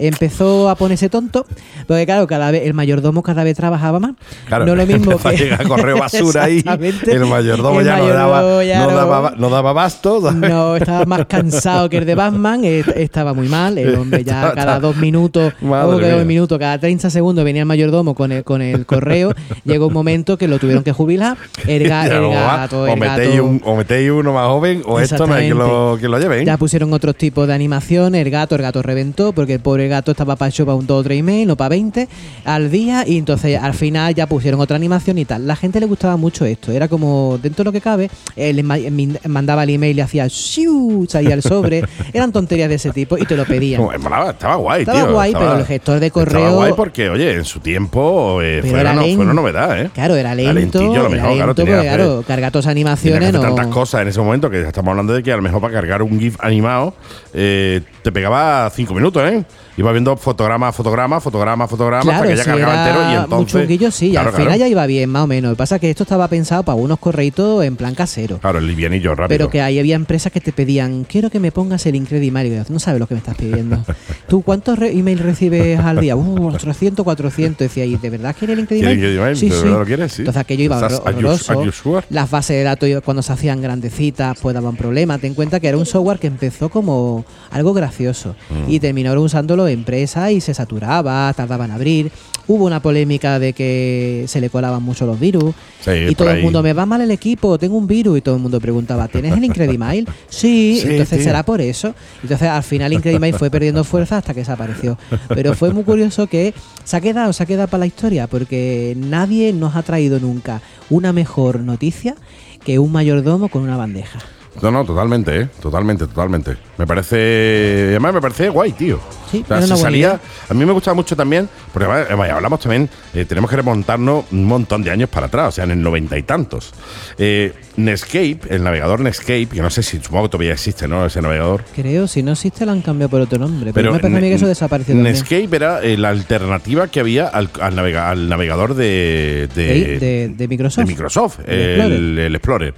Empezó a ponerse tonto, porque claro, cada vez el mayordomo cada vez trabajaba más.
Claro,
no lo mismo
empezó a
que
llegar correo basura ahí.
Exactamente.
El mayordomo
El
ya, no,
mayordomo
daba,
ya
no,
no-
daba, no daba basto. ¿sabes?
No, estaba más cansado que el de Batman. eh, Estaba muy mal. El hombre ya
Estaba-
cada dos minutos,
Madre
luego cada
mía.
dos minutos, cada 30 segundos venía el mayordomo con el, con el correo. Llegó un momento que lo tuvieron que jubilar. Mm. El, ga-
Ya
el
no va.
gato,
o,
el
metéis
gato.
un- o metéis uno más joven o esto no hay que lo, que lo lleven.
Ya pues, pusieron otros tipos de animación. El gato, el gato reventó porque el pobre gato estaba para para un 2 o 3 email, no para 20 al día. Y entonces al final ya pusieron otra animación y tal. La gente le gustaba mucho esto. Era como, dentro de lo que cabe, eh, le ma- min- mandaba el email y hacía shiu, salía el sobre. Eran tonterías de ese tipo y te lo pedían.
Como, eh, molaba, estaba guay,
Estaba
tío,
guay, pero el gestor de
Estaba
correo-
guay porque, oye, en su tiempo eh,
Pero
fue,
era
una, fue
lento.
una novedad, ¿eh?
Claro, era
Era
lento.
lentillo, a lo
era
mejor, claro,
lento,
tenía
porque,
que hacer-
claro, cargar todas las
Tenía que
animaciones.
hacer
No,
tantas cosas en ese momento que ya estamos hablando de que a lo mejor para cargar un GIF animado eh, te pegaba cinco minutos, ¿eh? Iba viendo fotograma, fotograma, fotograma, fotograma, hasta que ya
si
cargaba
era
entero y entonces.
muy chunguillo, sí,
Claro,
al final
claro.
ya iba bien, más o menos. Lo que pasa es que esto estaba pensado para unos correitos en plan casero.
Claro, el livianillo rápido.
Pero que ahí había empresas que te pedían, quiero que me pongas el Incredimail. Y yo, No sabes lo que me estás pidiendo. ¿Tú cuántos re- email recibes al día? Uh, 300, 400. Decía, ¿y de verdad quieres el Incredimail?
¿Quieres Incredimail? ¿De verdad lo quieres? Sí.
Entonces aquello iba
Estás-
horro-
are you-
horroroso.
are you sure?
Las bases de datos cuando se hacían grandecitas pues daban problemas. Ten en cuenta que era un software que empezó como algo gracioso
Mm.
y terminaron usándolo empresas y se saturaba, tardaban en abrir. Hubo una polémica de que se le colaban mucho los virus
Sí,
y todo
por
el
ahí.
mundo me va mal el equipo, tengo un virus y todo el mundo preguntaba, ¿tienes el Incredimail? Sí,
Sí,
entonces
tío.
será por eso. Entonces al final Incredimail fue perdiendo fuerza hasta que desapareció. Pero fue muy curioso que se ha quedado, se ha quedado para la historia porque nadie nos ha traído nunca una mejor noticia que un mayordomo con una bandeja.
No, no, totalmente, ¿eh? Totalmente, totalmente. Me parece. Además, me parece guay, tío.
Sí,
O sea,
era
se
una buena
salía.
idea.
A mí me gustaba mucho también, porque además, además, hablamos también, eh, tenemos que remontarnos un montón de años para atrás, o sea, en el noventa y tantos. Eh, Netscape, el navegador Netscape, que no sé si supongo que todavía existe, ¿no? Ese navegador.
Creo, si no existe la han cambiado por otro nombre, pero, me parece a mí que eso
Ne-
desapareció también.
Netscape era eh, la alternativa que había al, al navega- al navegador de, de,
De, de- de Microsoft.
de Microsoft,
El
el,
Explorer.
el Explorer,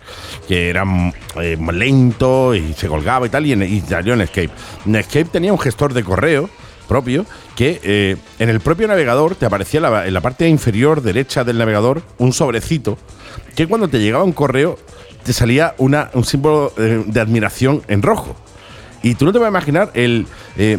que era mm, eh, lento y se colgaba y tal, y, en- y salió Netscape. Netscape tenía un gestor de correo propio que eh, en el propio navegador te aparecía la- en la parte inferior derecha del navegador un sobrecito que cuando te llegaba un correo te salía una, un símbolo eh, de admiración en rojo. Y tú no te vas a imaginar el eh,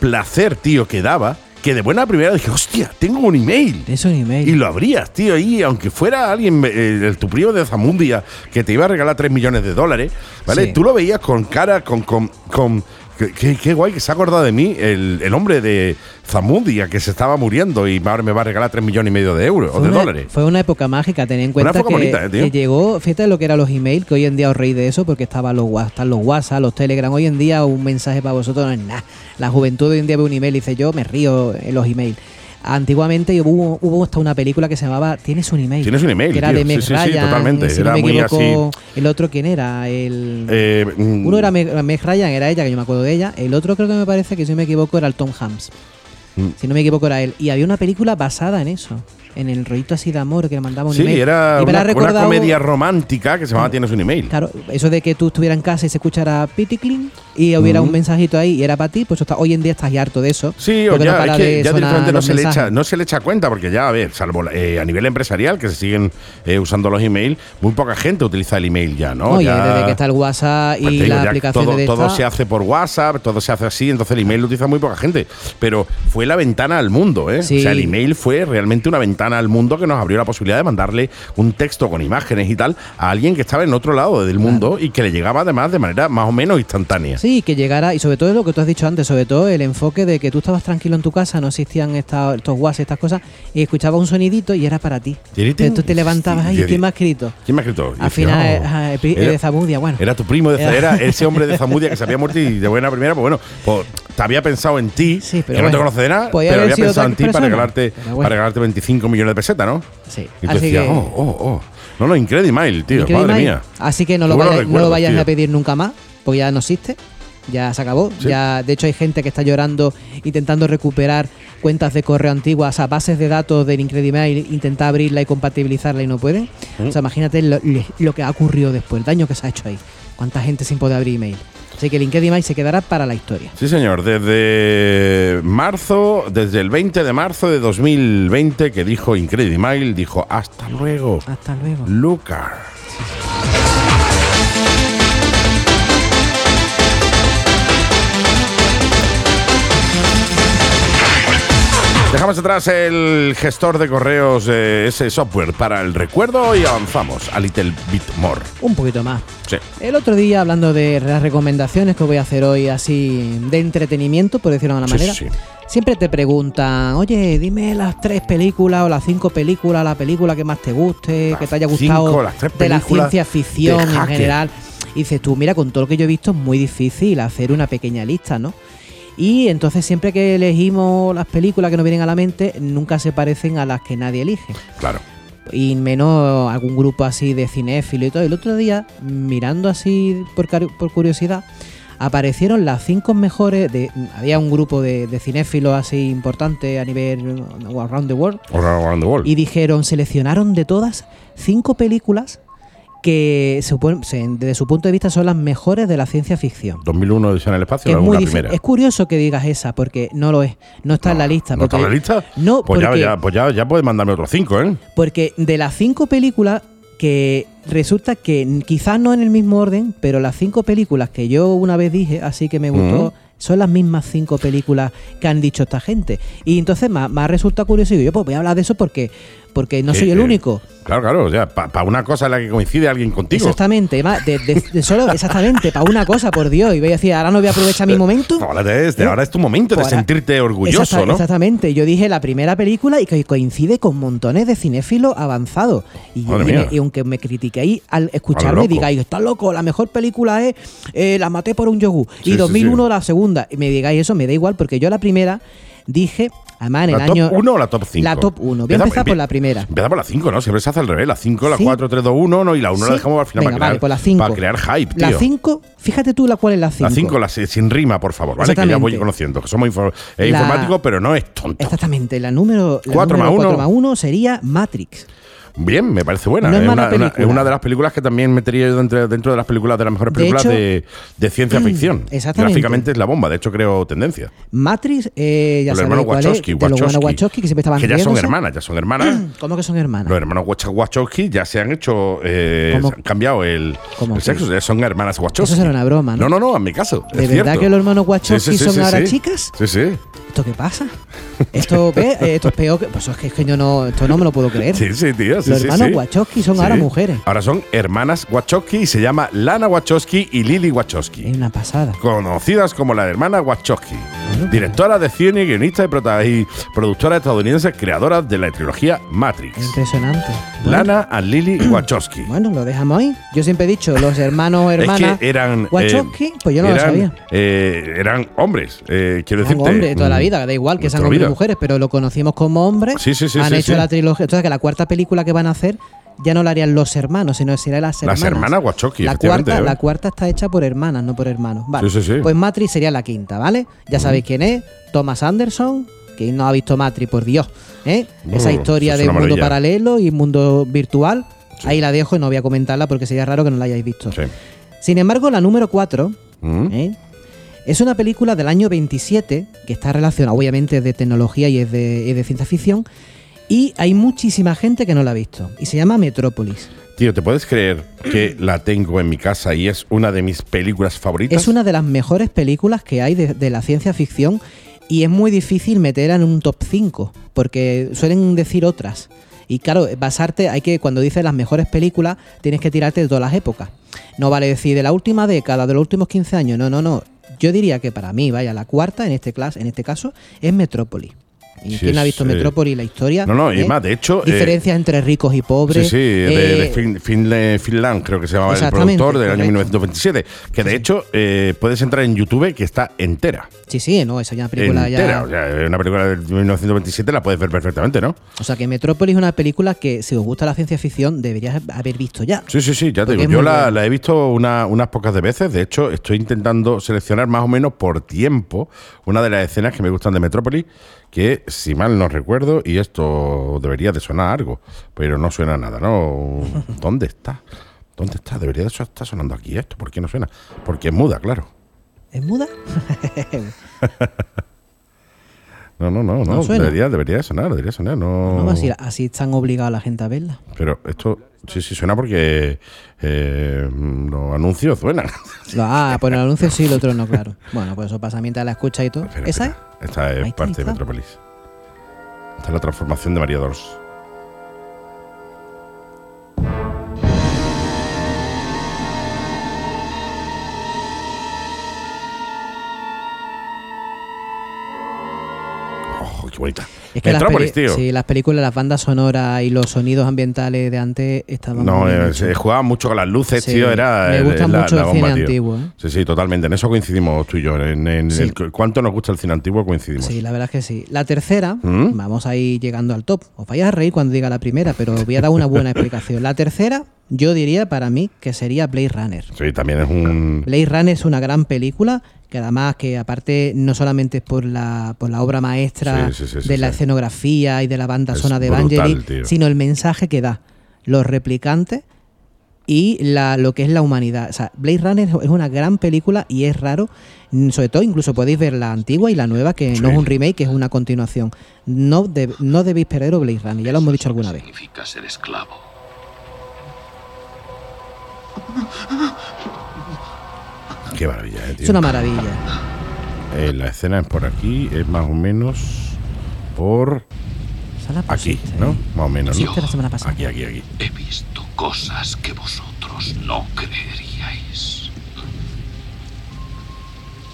placer, tío, que daba, que de buena primera dije, hostia, tengo un email.
Es un email.
Y lo abrías, tío, ahí, aunque fuera alguien, eh, el- tu primo de Zamundia, que te iba a regalar 3 millones de dólares, ¿vale?
Sí.
Tú lo veías con cara, con... con, con qué- Qué, qué guay que se ha acordado de mí el, el hombre de Zamundia que se estaba muriendo y ahora me va a regalar 3 millones y medio de euros o de
una,
dólares.
fue una época mágica, tened en
Una
cuenta que,
época bonita, eh, tío.
que llegó, fíjate lo que eran los emails, que hoy en día os reís de eso porque estaban los WhatsApp, están los WhatsApp, los Telegram, hoy en día un mensaje para vosotros no es nada. La juventud hoy en día ve un email y dice yo me río en los emails. Antiguamente hubo, hubo hasta una película que se llamaba Tienes un email.
Tienes un email,
Que era
tío.
de Meg
Sí, sí, sí,
Ryan,
totalmente.
si
Era
no me
muy
equivoco, el otro quién era, el
Eh, mm,
uno era Meg, Meg Ryan, era ella, que yo me acuerdo de ella. El otro creo que me parece que si no me equivoco era el Tom Hanks.
Mm.
Si no me equivoco era él. Y había una película basada en eso. en el rollito así de amor que le mandaba un
Sí,
email.
era
Y me
una,
la ha
una
recordado- Ah.
comedia romántica que se llamaba Tienes un email.
Claro, eso de que tú estuvieras en casa y se escuchara piticlin y hubiera un mensajito ahí y era para ti, pues eso está, hoy en día estás ya harto de eso.
Sí, o
porque
ya,
para
es que
de
ya
sonar
directamente no
los
se, le
mensajes.
echa, no se le echa cuenta, porque ya, a ver, salvo la- eh, a nivel empresarial, que se siguen eh, usando los emails, muy poca gente utiliza el email ya, ¿no?
No, y
Ya-
desde que está el WhatsApp y
pues te digo,
la
ya
aplicación
todo,
de
todo
esta-
se hace por WhatsApp, todo se hace así, entonces el email lo utiliza muy poca gente. Pero fue la ventana al mundo, ¿eh?
Sí.
O sea, el email fue realmente una ventana al mundo que nos abrió la posibilidad de mandarle un texto con imágenes y tal a alguien que estaba en otro lado del mundo y que le llegaba además de manera más o menos instantánea.
Sí, que llegara, y sobre todo lo que tú has dicho antes, sobre todo el enfoque de que tú estabas tranquilo en tu casa, no existían esta- estos guas, estas cosas, y escuchabas un sonidito y era para ti.
Tiritín.
Entonces tú te levantabas
Sí,
ahí,
sí.
¿quién me ha escrito?
¿Quién me ha escrito? Y
Al
decía,
final, eh,
"Oh,
ajá, el pri- el
era-
de Zamudia, bueno.
Era tu primo, de,
Era-
era ese hombre de Zamudia que se había muerto y de buena primera, pues bueno, pues, te había pensado en ti,
Sí, pero
que no te
bueno,
conoce de nada,
podía
pero
haber
había
sido
pensado
otra
en ti para
persona.
regalarte,
Pero bueno.
para regalarte 25 millones de pesetas, ¿no?
Sí.
Y tú
Así
decías,
que-
oh, oh, oh. No, no, increíble email, tío,
Increíble
madre
Mind.
mía.
Así que no lo,
Qué buenos
vayas, no lo
recuerdos,
vayas
tío.
a pedir nunca más, porque ya no existe, ya se acabó.
Sí.
Ya, de hecho, hay gente que está llorando, intentando recuperar cuentas de correo antiguas, o sea, bases de datos del Incredimail, intentar abrirla y compatibilizarla y no pueden.
Mm.
O sea, imagínate lo, lo que ha ocurrido después, el daño que se ha hecho ahí. Cuánta gente sin poder abrir email. Así que el Incredimail se quedará para la historia.
Sí, señor, desde marzo, desde el 20 de marzo de 2020 que dijo Incredimail, dijo, hasta luego,
Hasta luego.
Lucar. Dejamos atrás el gestor de correos, eh, ese software para el recuerdo y avanzamos a Little Bit More.
Un poquito más.
Sí.
El otro día, hablando de las recomendaciones que voy a hacer hoy, así de entretenimiento, por decirlo de alguna
Sí,
manera,
sí,
siempre te preguntan, oye, dime las tres películas o las cinco películas, la película que más te guste,
Las
que te haya
cinco,
gustado
las tres
de la
películas
ciencia ficción
de
en
hacker.
general. Y dices tú, mira, con todo lo que yo he visto es muy difícil hacer una pequeña lista, ¿no? Y entonces siempre que elegimos las películas que nos vienen a la mente, nunca se parecen a las que nadie elige
claro.
y menos algún grupo así de cinéfilo y todo. El otro día, mirando así por, cari- por curiosidad, aparecieron las cinco mejores. De, había un grupo de, de cinéfilos así importante a nivel uh, around the world
All around the world.
y dijeron, seleccionaron de todas cinco películas que supon- se- desde su punto de vista son las mejores de la ciencia ficción.
2001 Odisea en el espacio,
Que es,
la
muy
una
difícil.
primera.
es curioso que digas esa, porque no lo es. No está en la lista.
¿No está en la
porque-
lista?
No,
pues, ya,
porque-
ya, pues ya, ya puedes mandarme otros cinco, ¿eh?
Porque de las cinco películas que resulta que n- quizás no en el mismo orden, pero las cinco películas que yo una vez dije, así que me gustó,
Ujú.
son las mismas cinco películas que han dicho esta gente. Y entonces me, ha- me ha resultado curioso y digo, yo pues voy a hablar de eso porque, porque no
Sí,
soy el
eh,
único.
Claro, claro, o sea, para una cosa en la que coincide alguien contigo.
Exactamente, ma- de- de- de solo exactamente, para una cosa, por Dios. Y voy a decir, ahora no voy a aprovechar
Eh,
mi momento.
Ahora, te- de ahora es tu momento
Pues
de
ahora-
sentirte orgulloso,
Exacta-
¿no?
Exactamente. Yo dije la primera película y que coincide con montones de cinéfilos avanzados. Y,
Madre
y me-
mía.
y aunque me critiquéis al
A lo
escucharme,
loco.
digáis, estás loco, la mejor película es eh, La maté por un yogur.
Sí, sí,
y 2001
sí.
la segunda. Y me digáis eso, me da igual, porque yo la primera dije, además en
¿La
el
top
año...
1 o la top 5?
La top 1. Voy a empezar por la primera.
Empieza por la 5, ¿no? Siempre se hace al revés. La 5, la
Sí.
4, 3, 2, 1, ¿no? Y la 1 la
Sí.
dejamos al final
Venga,
para,
vale,
crear,
pues la cinco.
para crear hype, tío.
La 5, fíjate tú la cual es la 5.
La 5, la si- sin rima, por favor, ¿vale? Que ya voy
Exactamente.
conociendo. Que somos infor- eh,
La-
informáticos, pero no es tonto.
Exactamente, la número
Cuatro más uno.
4 más 1 sería Matrix.
Bien, me parece buena.
No es
es,
mala
una, una-
película.
es una de las películas que también metería yo dentro, dentro de las películas de las mejores
De
películas de,
hecho- mm,
de ciencia ficción.
Exactamente.
Gráficamente es la bomba, de hecho creo tendencia.
Matrix, eh, ya
los
sabéis
hermanos
cuál
Wachowski,
es, de los hermanos
Wachowski,
Wachowski que siempre estaban
que ya son
riéndose.
hermanas, ya son hermanas.
¿Cómo que son hermanas?
Los hermanos Wacha- Wachowski ya se han hecho. eh,
¿Cómo?
se han cambiado el,
¿Cómo
el
que?
sexo. ya son hermanas Wachowski.
Eso será una broma, ¿no?
No, no, no, en mi caso.
¿De
es
verdad
cierto.
que los hermanos Wachowski son ahora
sí.
chicas?
Sí, sí.
¿Esto qué pasa? ¿Esto, ve, eh, esto es peor que. Pues es que, es que yo no. Esto no me lo puedo creer.
Sí, sí, tío. sí,
los
sí,
hermanos
sí.
Wachowski son ahora
Sí.
mujeres.
Ahora son hermanas Wachowski y se llama Lana Wachowski y Lily Wachowski.
Es una pasada.
conocidas como la hermana Wachowski, directora de cine, guionista y, prota- y productora estadounidense, creadora de la trilogía Matrix.
Impresionante. Bueno,
Lana and Lily Wachowski.
Bueno, lo dejamos ahí. Yo siempre he dicho, los hermanos, hermanas.
es que eran. eh,
Wachowski, pues yo no
eran,
lo sabía.
eh, eran hombres, eh, quiero
Son
decirte.
hombres toda la
mm,
vida, da igual que
toda
sean
la
hombres
vida.
y mujeres, pero lo conocimos como hombres.
Sí, sí, sí,
Han
sí,
hecho
sí.
la trilogía. Entonces, que la cuarta película que van a hacer ya no la harían los hermanos, sino que será las hermanas.
Las hermanas Wachowski,
La
efectivamente,
cuarta,
¿eh?
la cuarta está hecha por hermanas, no por hermanos. Vale.
Sí, Mm. sí, sí.
Pues Matrix sería la quinta, ¿vale? Ya sabéis quién es. Thomas Anderson, que ¿Quién no ha visto Matrix? Por Dios. ¿eh? Esa
Mm,
historia
es
de
una
mundo
maravilla.
paralelo y mundo virtual. Ahí la dejo y no voy a comentarla porque sería raro que no la hayáis visto.
Sí.
Sin embargo, la número 4
¿Mm?
¿eh? es una película del año 27 que está relacionada, obviamente, es de tecnología y es de, es de ciencia ficción. Y hay muchísima gente que no la ha visto. Y se llama Metrópolis.
Tío, ¿te puedes creer que la tengo en mi casa y es una de mis películas favoritas?
Es una de las mejores películas que hay de, de la ciencia ficción y es muy difícil meterla en un top 5 porque suelen decir otras. Y claro, basarte, hay que, cuando dices las mejores películas, tienes que tirarte de todas las épocas. No vale decir de la última década, de los últimos 15 años, no, no, no. Yo diría que para mí, vaya, la cuarta en este, clas- en este caso es Metrópolis. ¿Y
Sí,
quién ha
es,
visto
eh,
Metrópolis? La historia.
No, no, y
¿eh?
más, de hecho... eh,
Diferencias entre ricos y pobres.
Sí, sí, de, de
eh,
Fin- Finle- Finland, creo que se llamaba el
Exactamente,
productor del año
correcto.
1927. Que de hecho, eh, puedes entrar en YouTube que está entera.
sí, sí, no, eso ya es una película ya-
entera. O sea, una película de 1927 la puedes ver perfectamente, ¿no?
O sea que Metrópolis es una película que si os gusta la ciencia ficción deberías haber visto ya.
Sí, sí, sí, ya te digo.
Porque Pues es
Yo
muy
la,
buena.
la he visto una- unas pocas de veces. De hecho, estoy intentando seleccionar más o menos por tiempo una de las escenas que me gustan de Metrópolis, que si mal no recuerdo, y esto debería de sonar algo, pero no suena nada, ¿no? ¿Dónde está? ¿Dónde está? Debería de so- estar sonando aquí esto. ¿Por qué no suena? Porque es muda, claro.
¿Es muda?
No, no, no, no.
No suena. Pues
debería, debería de sonar, debería de sonar. No,
No, así, así están obligados la gente a verla.
Pero esto sí, sí suena porque eh, los anuncios suenan.
Lo- Ah, pues el anuncio sí, el otro no, claro. Bueno, pues eso pasa mientras la escucha y todo.
Espera,
¿Esa es?
espera. Esta es
Ahí está,
parte
ahí
de
está.
Metrópolis. Esta es la transformación de María Dors. Ojo, Oh, qué bonita.
Es que las,
Metrópolis,
peli-
tío.
sí, las películas, las bandas sonoras y los sonidos ambientales de antes estaban.
No,
muy bien
eh,
hechos.
se jugaba mucho con las luces,
Sí,
tío. Era
me
el-
gusta
la,
mucho
la
el
bomba,
cine
tío.
antiguo, ¿eh?
Sí, sí, totalmente. En eso coincidimos tú y yo. En, en
Sí.
el, cuánto nos gusta el cine antiguo coincidimos.
Sí, la verdad es que sí. La tercera,
¿Mm?
vamos a ir llegando al top. Os vais a reír cuando diga la primera, pero os voy a dar una buena explicación. La tercera, yo diría para mí que sería Blade Runner.
Sí, también es un.
Blade Runner es una gran película que además que aparte no solamente es por la, por la obra maestra
Sí, sí, sí, sí,
de la
sí.
escenografía y de la banda
Es
zona de
brutal,
Evangelic,
tío.
sino el mensaje que da los replicantes y la, lo que es la humanidad. O sea, Blade Runner es una gran película y es raro, mm, sobre todo incluso podéis ver la antigua y la nueva, que no
Sí.
es un remake, que es una continuación. No, deb- no debéis perderos Blade Runner, ya lo hemos dicho alguna vez.
Significa ser esclavo.
Qué maravilla, eh, tío.
Es una maravilla.
Eh, la escena es por aquí, es más o menos por
O sea, la
aquí,
pusiste,
¿no?
¿eh?
Más o menos, ¿no?
Pusiste la semana pasada.
Aquí, aquí, aquí.
He visto cosas que vosotros no creeríais.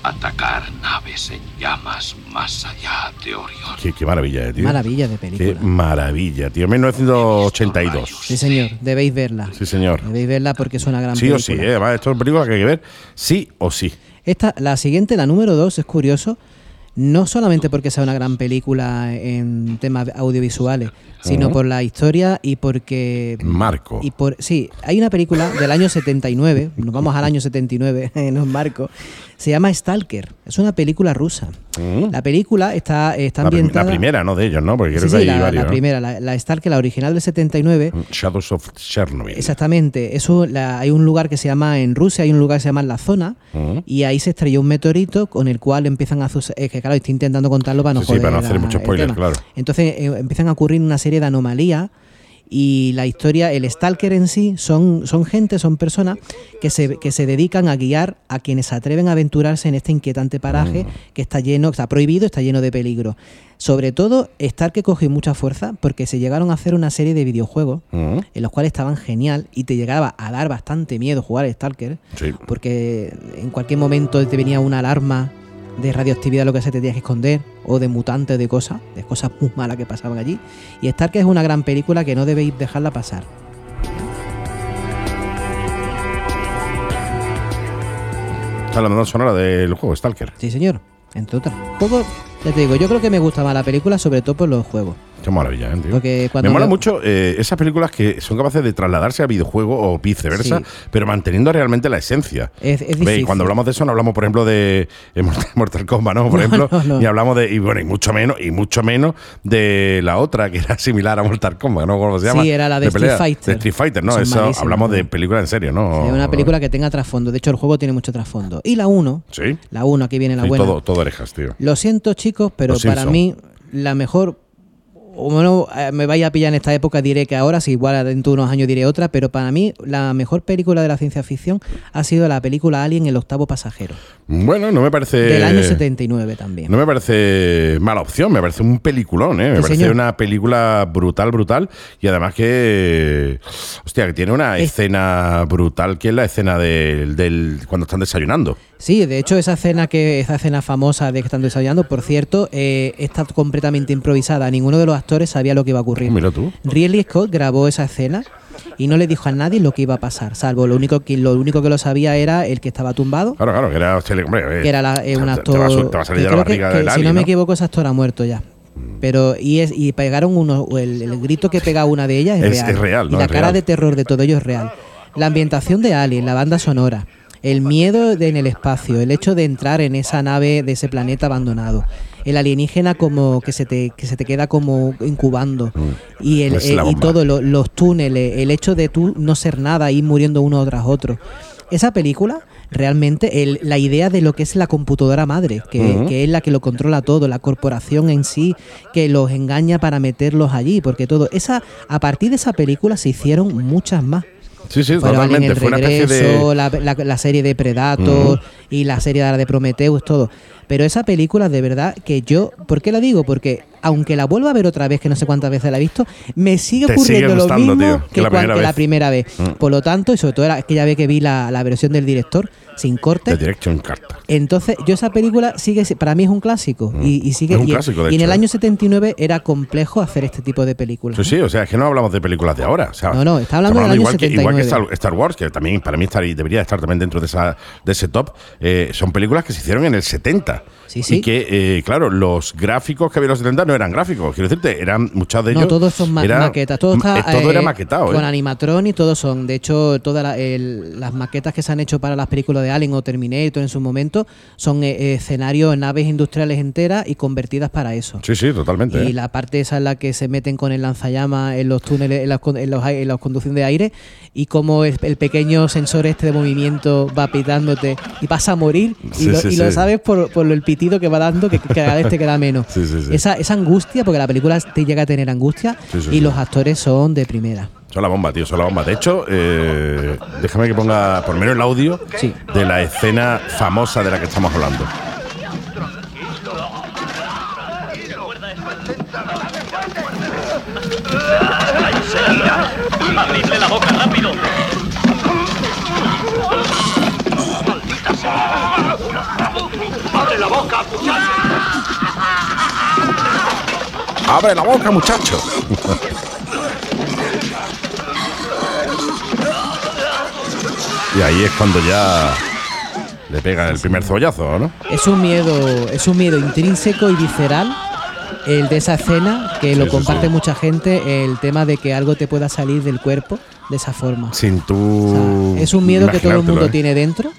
Atacar naves en llamas más allá de Orión.
Qué, qué maravilla, eh, tío. mm.
Maravilla de
Qué
película.
maravilla, tío. 1982.
Sí, señor, debéis verla.
Sí, señor.
Debéis verla porque es una gran
Sí o sí,
película.
eh. Además, esto es película que hay que ver sí o sí.
Esta, la siguiente, la número 2, es curioso, no solamente porque sea una gran película en temas audiovisuales, sino
Ujú.
por la historia y porque...
Marco.
Y por, sí, hay una película del año 79, nos vamos al año 79, no es marco, se llama Stalker, es una película rusa.
Mm.
La película está, está
La, prim-
ambientada...
la primera, ¿no? De ellos, ¿no? Porque
Sí,
creo
sí,
que hay
la, la
varios. ¿no? Mm,
primera, la, la Stalker, la original del 79,
Shadows of Chernobyl.
Exactamente. Eso, la- hay un lugar que se llama, en Rusia hay un lugar que se llama La Zona,
Ujú.
y ahí se estrelló un meteorito con el cual empiezan a... suce- Es que claro, estoy intentando contarlo para no
Sí, sí,
joder
para no hacer
la-
mucho
el
spoiler,
tema.
claro.
Entonces eh, empiezan a ocurrir una serie de anomalías y la historia, el Stalker en sí, son, son gente, son personas que se, que se dedican a guiar a quienes se atreven a aventurarse en este inquietante paraje
Mm.
que está lleno, está prohibido, está lleno de peligro. Sobre todo, Stalker cogió mucha fuerza porque se llegaron a hacer una serie de videojuegos
Mm.
en los cuales estaban genial y te llegaba a dar bastante miedo jugar a Stalker,
Sí.
porque en cualquier momento te venía una alarma de radioactividad, lo que se te tenías que esconder, o de mutantes, de cosas, de cosas muy malas que pasaban allí. Y Stalker es una gran película que no debéis dejarla pasar.
Está la banda sonora del juego Stalker.
Sí, señor, entre otras. Un poco, ya te digo, yo creo que me gusta más la película, sobre todo por los juegos.
Qué maravilla, ¿eh, tío?
Porque cuando
Me mola
veo-
mucho eh, esas películas que son capaces de trasladarse a videojuego o viceversa,
Sí.
pero manteniendo realmente la esencia.
Es- es
Ve, y
difícil.
cuando hablamos de eso, no hablamos, por ejemplo, de eh, Mortal- Mortal Kombat, ¿no? Por
No,
ejemplo,
no, no.
y hablamos de, y bueno, y mucho menos, y mucho menos de la otra que era similar a Mortal Kombat, ¿no? ¿Cómo se llama?
Sí, era la de Street
pelea.
Fighter.
De Street Fighter, ¿no?
Son
Eso,
malísimas,
hablamos de
¿no?
película en serio, ¿no?
Es una película que tenga trasfondo. De hecho, el juego tiene mucho trasfondo. Y la 1,
Sí.
la 1, aquí viene la
Sí,
buena.
todo, todo orejas, tío.
Lo siento, chicos, pero
Los
para
Simpson.
mí la mejor. O bueno, eh, me vaya a pillar en esta época, diré que ahora, si igual dentro de unos años diré otra, pero para mí la mejor película de la ciencia ficción ha sido la película Alien, el octavo pasajero,
Bueno, no me parece.
del año 79 también.
Eh. No me parece mala opción, me parece un peliculón, ¿eh? Me
Sí,
parece
señor.
una película brutal, brutal. Y además que. Hostia, que tiene una
Es-
escena brutal que es la escena del, del- cuando están desayunando.
Sí, de hecho, esa escena que, esa escena famosa de que están desayunando, por cierto, eh, está completamente improvisada. Ninguno de los actores sabía lo que iba a ocurrir.
Ah, Mira tú.
Ridley Scott grabó esa escena y no le dijo a nadie lo que iba a pasar, salvo lo único que lo único que lo sabía era el que estaba tumbado,
Claro, claro, que era. hostia, hombre, eh,
que era la- eh,
te-
un
te-
actor.
Te va a, su- te va a salir
que
de la
creo que-
barriga
que,
del
Si
alien,
no me
¿no? Mm.
equivoco, ese actor ha muerto ya. Pero y es y pegaron uno el, el grito que pega una de ellas es,
Es-
real.
es real,
y
¿no?
la
Es
cara
real.
de terror de todo ello es real. La ambientación de Alien, la banda sonora, el miedo de- en el espacio, el hecho de entrar en esa nave de ese planeta abandonado, el alienígena como que se te que se te queda como incubando y el-
Mm. Es la
eh, y
bomba.
todo lo- los túneles, el hecho de tú no ser nada ir muriendo uno tras otro. Esa película, realmente, el- la idea de lo que es la computadora madre, que, que es la que lo controla todo, la corporación en sí, que los engaña para meterlos allí, porque todo. Esa, a partir de esa película se hicieron muchas más.
Sí, sí,
Fueron Alien
totalmente.
el
Fue una especie
regreso,
de.
la, la- la serie de Predator y la serie de, de Prometheus, todo. Pero esa película, de verdad, que yo. ¿Por qué la digo? Porque aunque la vuelva a ver otra vez, que no sé cuántas veces la he visto, me sigue
Te
ocurriendo
sigue
lo
gustando,
mismo
tío, que
que,
la
cuan-
primera
que la
vez. Mm.
primera vez. Por lo tanto, y sobre todo era aquella vez que vi la, la versión del director, sin
De
corte.
Direction Carta.
Entonces, yo esa película sigue, si- para mí es un clásico. Y, y sigue
Mm. Es un
y, en-
clásico, de
y en el
hecho, ¿eh?
año 79 era complejo hacer este tipo de películas.
Sí,
¿no?
sí, o sea, es que no hablamos de películas de ahora. o sea,
No, no, está hablando
estamos
del año
igual, que, igual que
79.
Star, Star Wars, que también para mí estaría- debería estar también dentro de, esa, de ese top. eh, son películas que se hicieron en el 70.
Sí, sí.
Y que, eh, claro, los gráficos que había en los 70 no eran gráficos, quiero decirte, eran muchos de ellos.
No, todos son ma-
era-
maquetas. Todo, está,
eh, todo
eh,
era maquetado,
Con
¿eh?
animatrón y todos son. De hecho, todas la- el- las maquetas que se han hecho para las películas de Alien o Terminator en su momento son eh, eh, escenarios, naves industriales enteras y convertidas para eso.
Sí, sí, totalmente.
Y
¿eh?
la parte esa en la que se meten con el lanzallamas en los túneles, en las, con- en los, ai- en las conducción de aire, y cómo el, el pequeño sensor este de movimiento va pitándote y vas a morir, y,
Sí,
lo,
sí,
y lo
sí.
sabes por, por el pitido que va dando, que que cada vez te queda menos.
Sí, sí, sí.
Esa, esa angustia, porque la película te llega a tener angustia,
Sí, sí,
y
sí.
los actores son de primera.
Son la bomba, tío, son la bomba. De hecho, eh, déjame que ponga por lo menos el audio
Sí.
de la escena famosa de la que estamos hablando.
¡Abridle la boca rápido!
¡Abre la boca, muchacho!
¡Abre la boca, muchacho! y ahí es cuando ya le pega el primer cebollazo, ¿no?
Es un miedo, es un miedo intrínseco y visceral el de esa escena que lo
sí,
comparte
sí.
mucha gente, el tema de que algo te pueda salir del cuerpo de esa forma.
Sin
O
tú.
sea, es un miedo que todo el
imaginártelo,
mundo
Uh, ¿eh?
tiene dentro,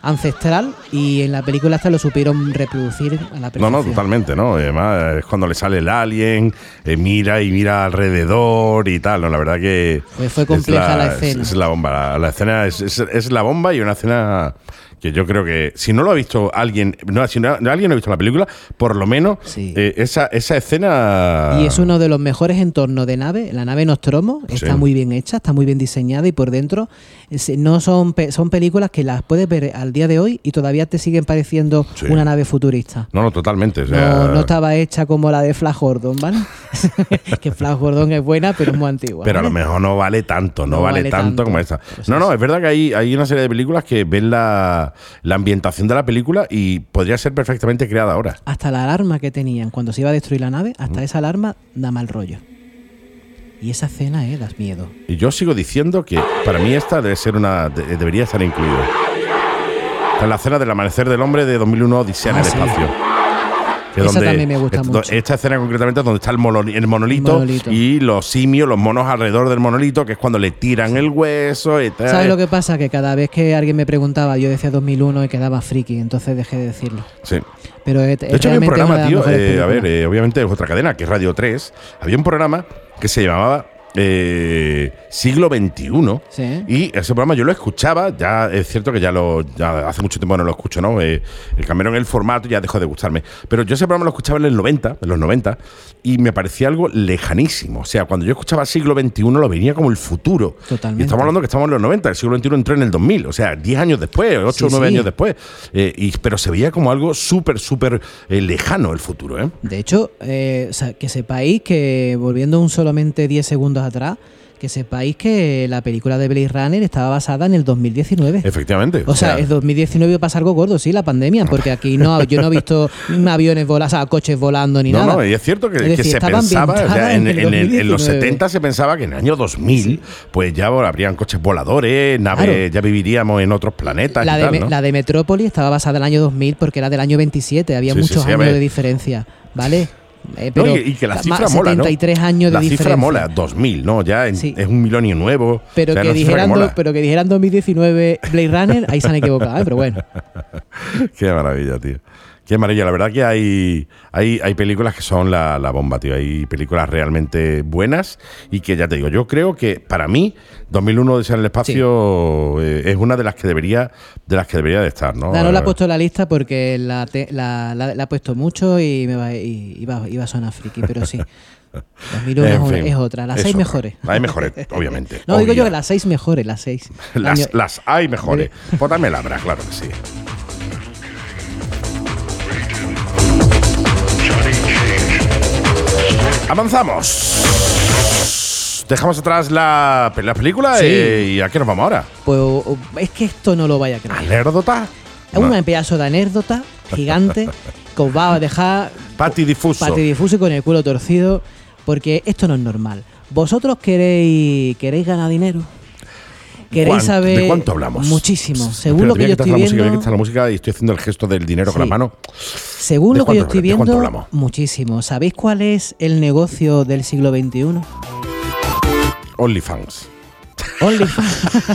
ancestral, y en la película hasta lo supieron reproducir a la
No,
perfección.
no, totalmente, ¿no? Y Además, es cuando le sale el alien, eh, mira y mira alrededor y tal, ¿no? La verdad que.
Pues fue
es
compleja la escena.
Es, es la bomba. La, la escena es, es- es la bomba y una escena que yo creo que. Si no lo ha visto alguien. No, si no, alguien no ha visto la película, por lo menos
Sí.
eh, esa, esa escena.
Y es uno de los mejores entornos de nave. La nave Nostromo está
Sí.
muy bien hecha, está muy bien diseñada y por dentro es- no son pe- son películas que las puedes ver al día de hoy y todavía te siguen pareciendo
Sí.
una nave futurista.
No, no, totalmente. o sea,
No, no estaba hecha como la de Flash Gordon, ¿vale? que Flash Gordon es buena, pero es muy antigua.
Pero a lo
Pues ¿vale?
mejor no vale tanto, no,
No
vale,
vale
tanto,
tanto.
como esa.
Pues
no,
eso.
no, es verdad que hay, hay una serie de películas que ven la, la ambientación de la película y podría ser perfectamente creada ahora.
Hasta la alarma que tenían cuando se iba a destruir la nave, hasta esa alarma da mal rollo. Y esa escena, eh, das miedo.
Y yo sigo diciendo que para mí esta debe ser una de- debería estar incluida. Esta es la escena del amanecer del hombre de 2001 Odisea en
Ah,
el
sí.
espacio. que
Esa
donde-
también me gusta
esto-
mucho.
Esta escena concretamente es donde está el, monoli- el monolito,
Monolito.
y los simios, los monos alrededor del monolito, que es cuando le tiran el hueso y tal.
¿Sabes lo que pasa? Que cada vez que alguien me preguntaba, yo decía 2001 y quedaba friki, entonces dejé de decirlo.
Sí.
Pero es,
De
es
hecho, había un
realmente una de
programa,
las
tío,
mejores
eh, a
películas.
ver, eh, obviamente es otra cadena, que es Radio 3. Había un programa que se llamaba eh, Siglo XXI.
Sí.
Y ese programa yo lo escuchaba, ya es cierto que ya lo ya hace mucho tiempo no lo escucho, ¿no? Eh, cambiaron el formato y ya dejó de gustarme. Pero yo ese programa lo escuchaba en el 90, en los 90, y me parecía algo lejanísimo. O sea, cuando yo escuchaba siglo XXI lo venía como el futuro. Y
Totalmente.
estamos hablando que estamos en los 90, el siglo XXI entró en el 2000, o sea, 10 años después, 8 o
Sí,
9
sí.
años después. Eh, y, pero se veía como algo súper, súper eh, lejano el futuro, ¿eh?
De hecho, eh, o sea, que sepáis que, volviendo un solamente 10 segundos atrás, que sepáis que la película de Blade Runner estaba basada en el 2019.
Efectivamente.
O sea, el 2019 pasa algo gordo, sí, la pandemia, porque aquí no, yo no he visto aviones volando, o sea, coches volando ni
no,
nada.
no, y es cierto que,
Es
que
decir,
se
estaba
pensaba, o sea,
ambientada
en, en el- en los
2019.
70 se pensaba que en el año 2000, pues ya habrían coches voladores, naves,
Claro.
ya viviríamos en otros planetas
La
y
de,
tal,
Me-
¿no?
la de Metrópolis estaba basada en el año 2000 porque era del año 27, había
Sí, sí,
muchos
sí, a
años
ver.
de diferencia, ¿vale? Eh,
No,
pero
y, y que la
ma-
cifra mola, ¿no?
73 años de
la
diferencia.
cifra mola, 2000, ¿no? Ya en-
Sí.
es un milenio nuevo.
Pero,
o sea,
que
una cifra
dijeran, do-
mola.
pero que dijeran 2019 Blade Runner, ahí se han equivocado, ¿eh? pero bueno.
Qué maravilla, tío. Qué maravilla. La verdad que hay, hay, hay películas que son la, la bomba, tío. Hay películas realmente buenas y que ya te digo, yo creo que para mí 2001 Odisea en el espacio eh, es una de las que debería de las que debería de estar, ¿no?
Nah, no la
Eh,
he puesto en la lista porque la, te- la, la- la he puesto mucho y me va, y- iba, iba a sonar friki, pero sí. 2001 es,
en
una-
fin,
es otra, las
es
seis
otra.
mejores.
Hay mejores, obviamente.
No, digo
obvia.
yo que las seis mejores, las seis.
Las,
Año-
las hay mejores.
Eh.
Pues dame la habrá, claro que sí. Avanzamos. Dejamos atrás la, la película
Sí.
eh, y a qué nos vamos ahora.
Pues o- es que esto no lo vaya a creer.
¿Anécdota?
Es un pedazo de anécdota gigante que os va a dejar
Pati difuso.
patidifuso y con el culo torcido porque esto no es normal. ¿Vosotros queréis, queréis ganar dinero? ¿Queréis
¿Cuán-
saber?
¿De cuánto hablamos?
Muchísimo.
Pss,
Según
espérate,
lo que
voy a quitar
yo
la
estoy
música, voy a
viendo.
quitar la música y estoy haciendo el gesto del dinero con
Sí.
la mano.
Según
¿De
lo que yo
cuánto
estoy
habla- de cuánto
viendo,
hablamos?
muchísimo. ¿Sabéis cuál es el negocio del siglo XXI?
OnlyFans.
OnlyFans.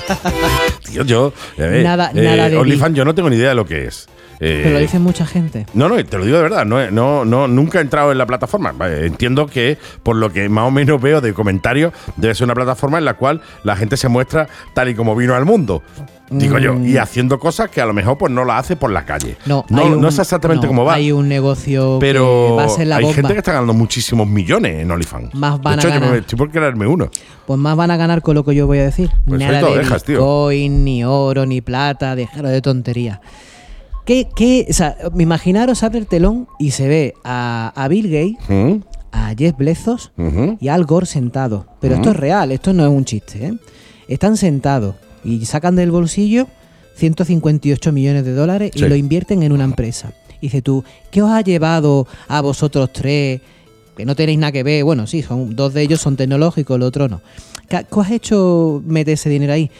Tío, yo. a ver,
Nada- nada de
OnlyFans, yo no tengo ni idea de lo que es. Eh,
Pero lo dice mucha gente.
No, no, te lo digo de verdad, no, no, no, nunca he entrado en la plataforma. Eh, Entiendo que, por lo que más o menos veo de comentarios, debe ser una plataforma en la cual la gente se muestra tal y como vino al mundo. Digo yo, y haciendo cosas que a lo mejor pues no la hace por la calle.
Mm. No,
no,
hay un-
no sé exactamente
no,
cómo va.
Hay un negocio
pero
que va a ser la
hay
bomba.
gente que está ganando muchísimos millones en OnlyFans.
Más van a
de hecho, yo
ganar.
me- estoy por crearme uno.
Pues más van a ganar con lo que yo voy a decir.
Pues ahí
Nada
te lo
de
dejas, tío.
Bitcoin, ni oro, ni plata, dejaros de tontería. ¿Qué, qué, o sea, imaginaros abre el telón y se ve a, a Bill Gates,
¿Mm?
a Jeff Bezos
Ujú.
y a Al Gore sentados. Pero esto es
Mm.
real, esto no es un chiste. ¿eh? Están sentados y sacan del bolsillo 158 millones de dólares
Sí.
y lo invierten en una empresa. Y dice tú, ¿qué os ha llevado a vosotros tres? Que no tenéis nada que ver. Bueno, sí, son, dos de ellos son tecnológicos, el otro no. ¿Qué, ha- qué os has hecho meter ese dinero ahí?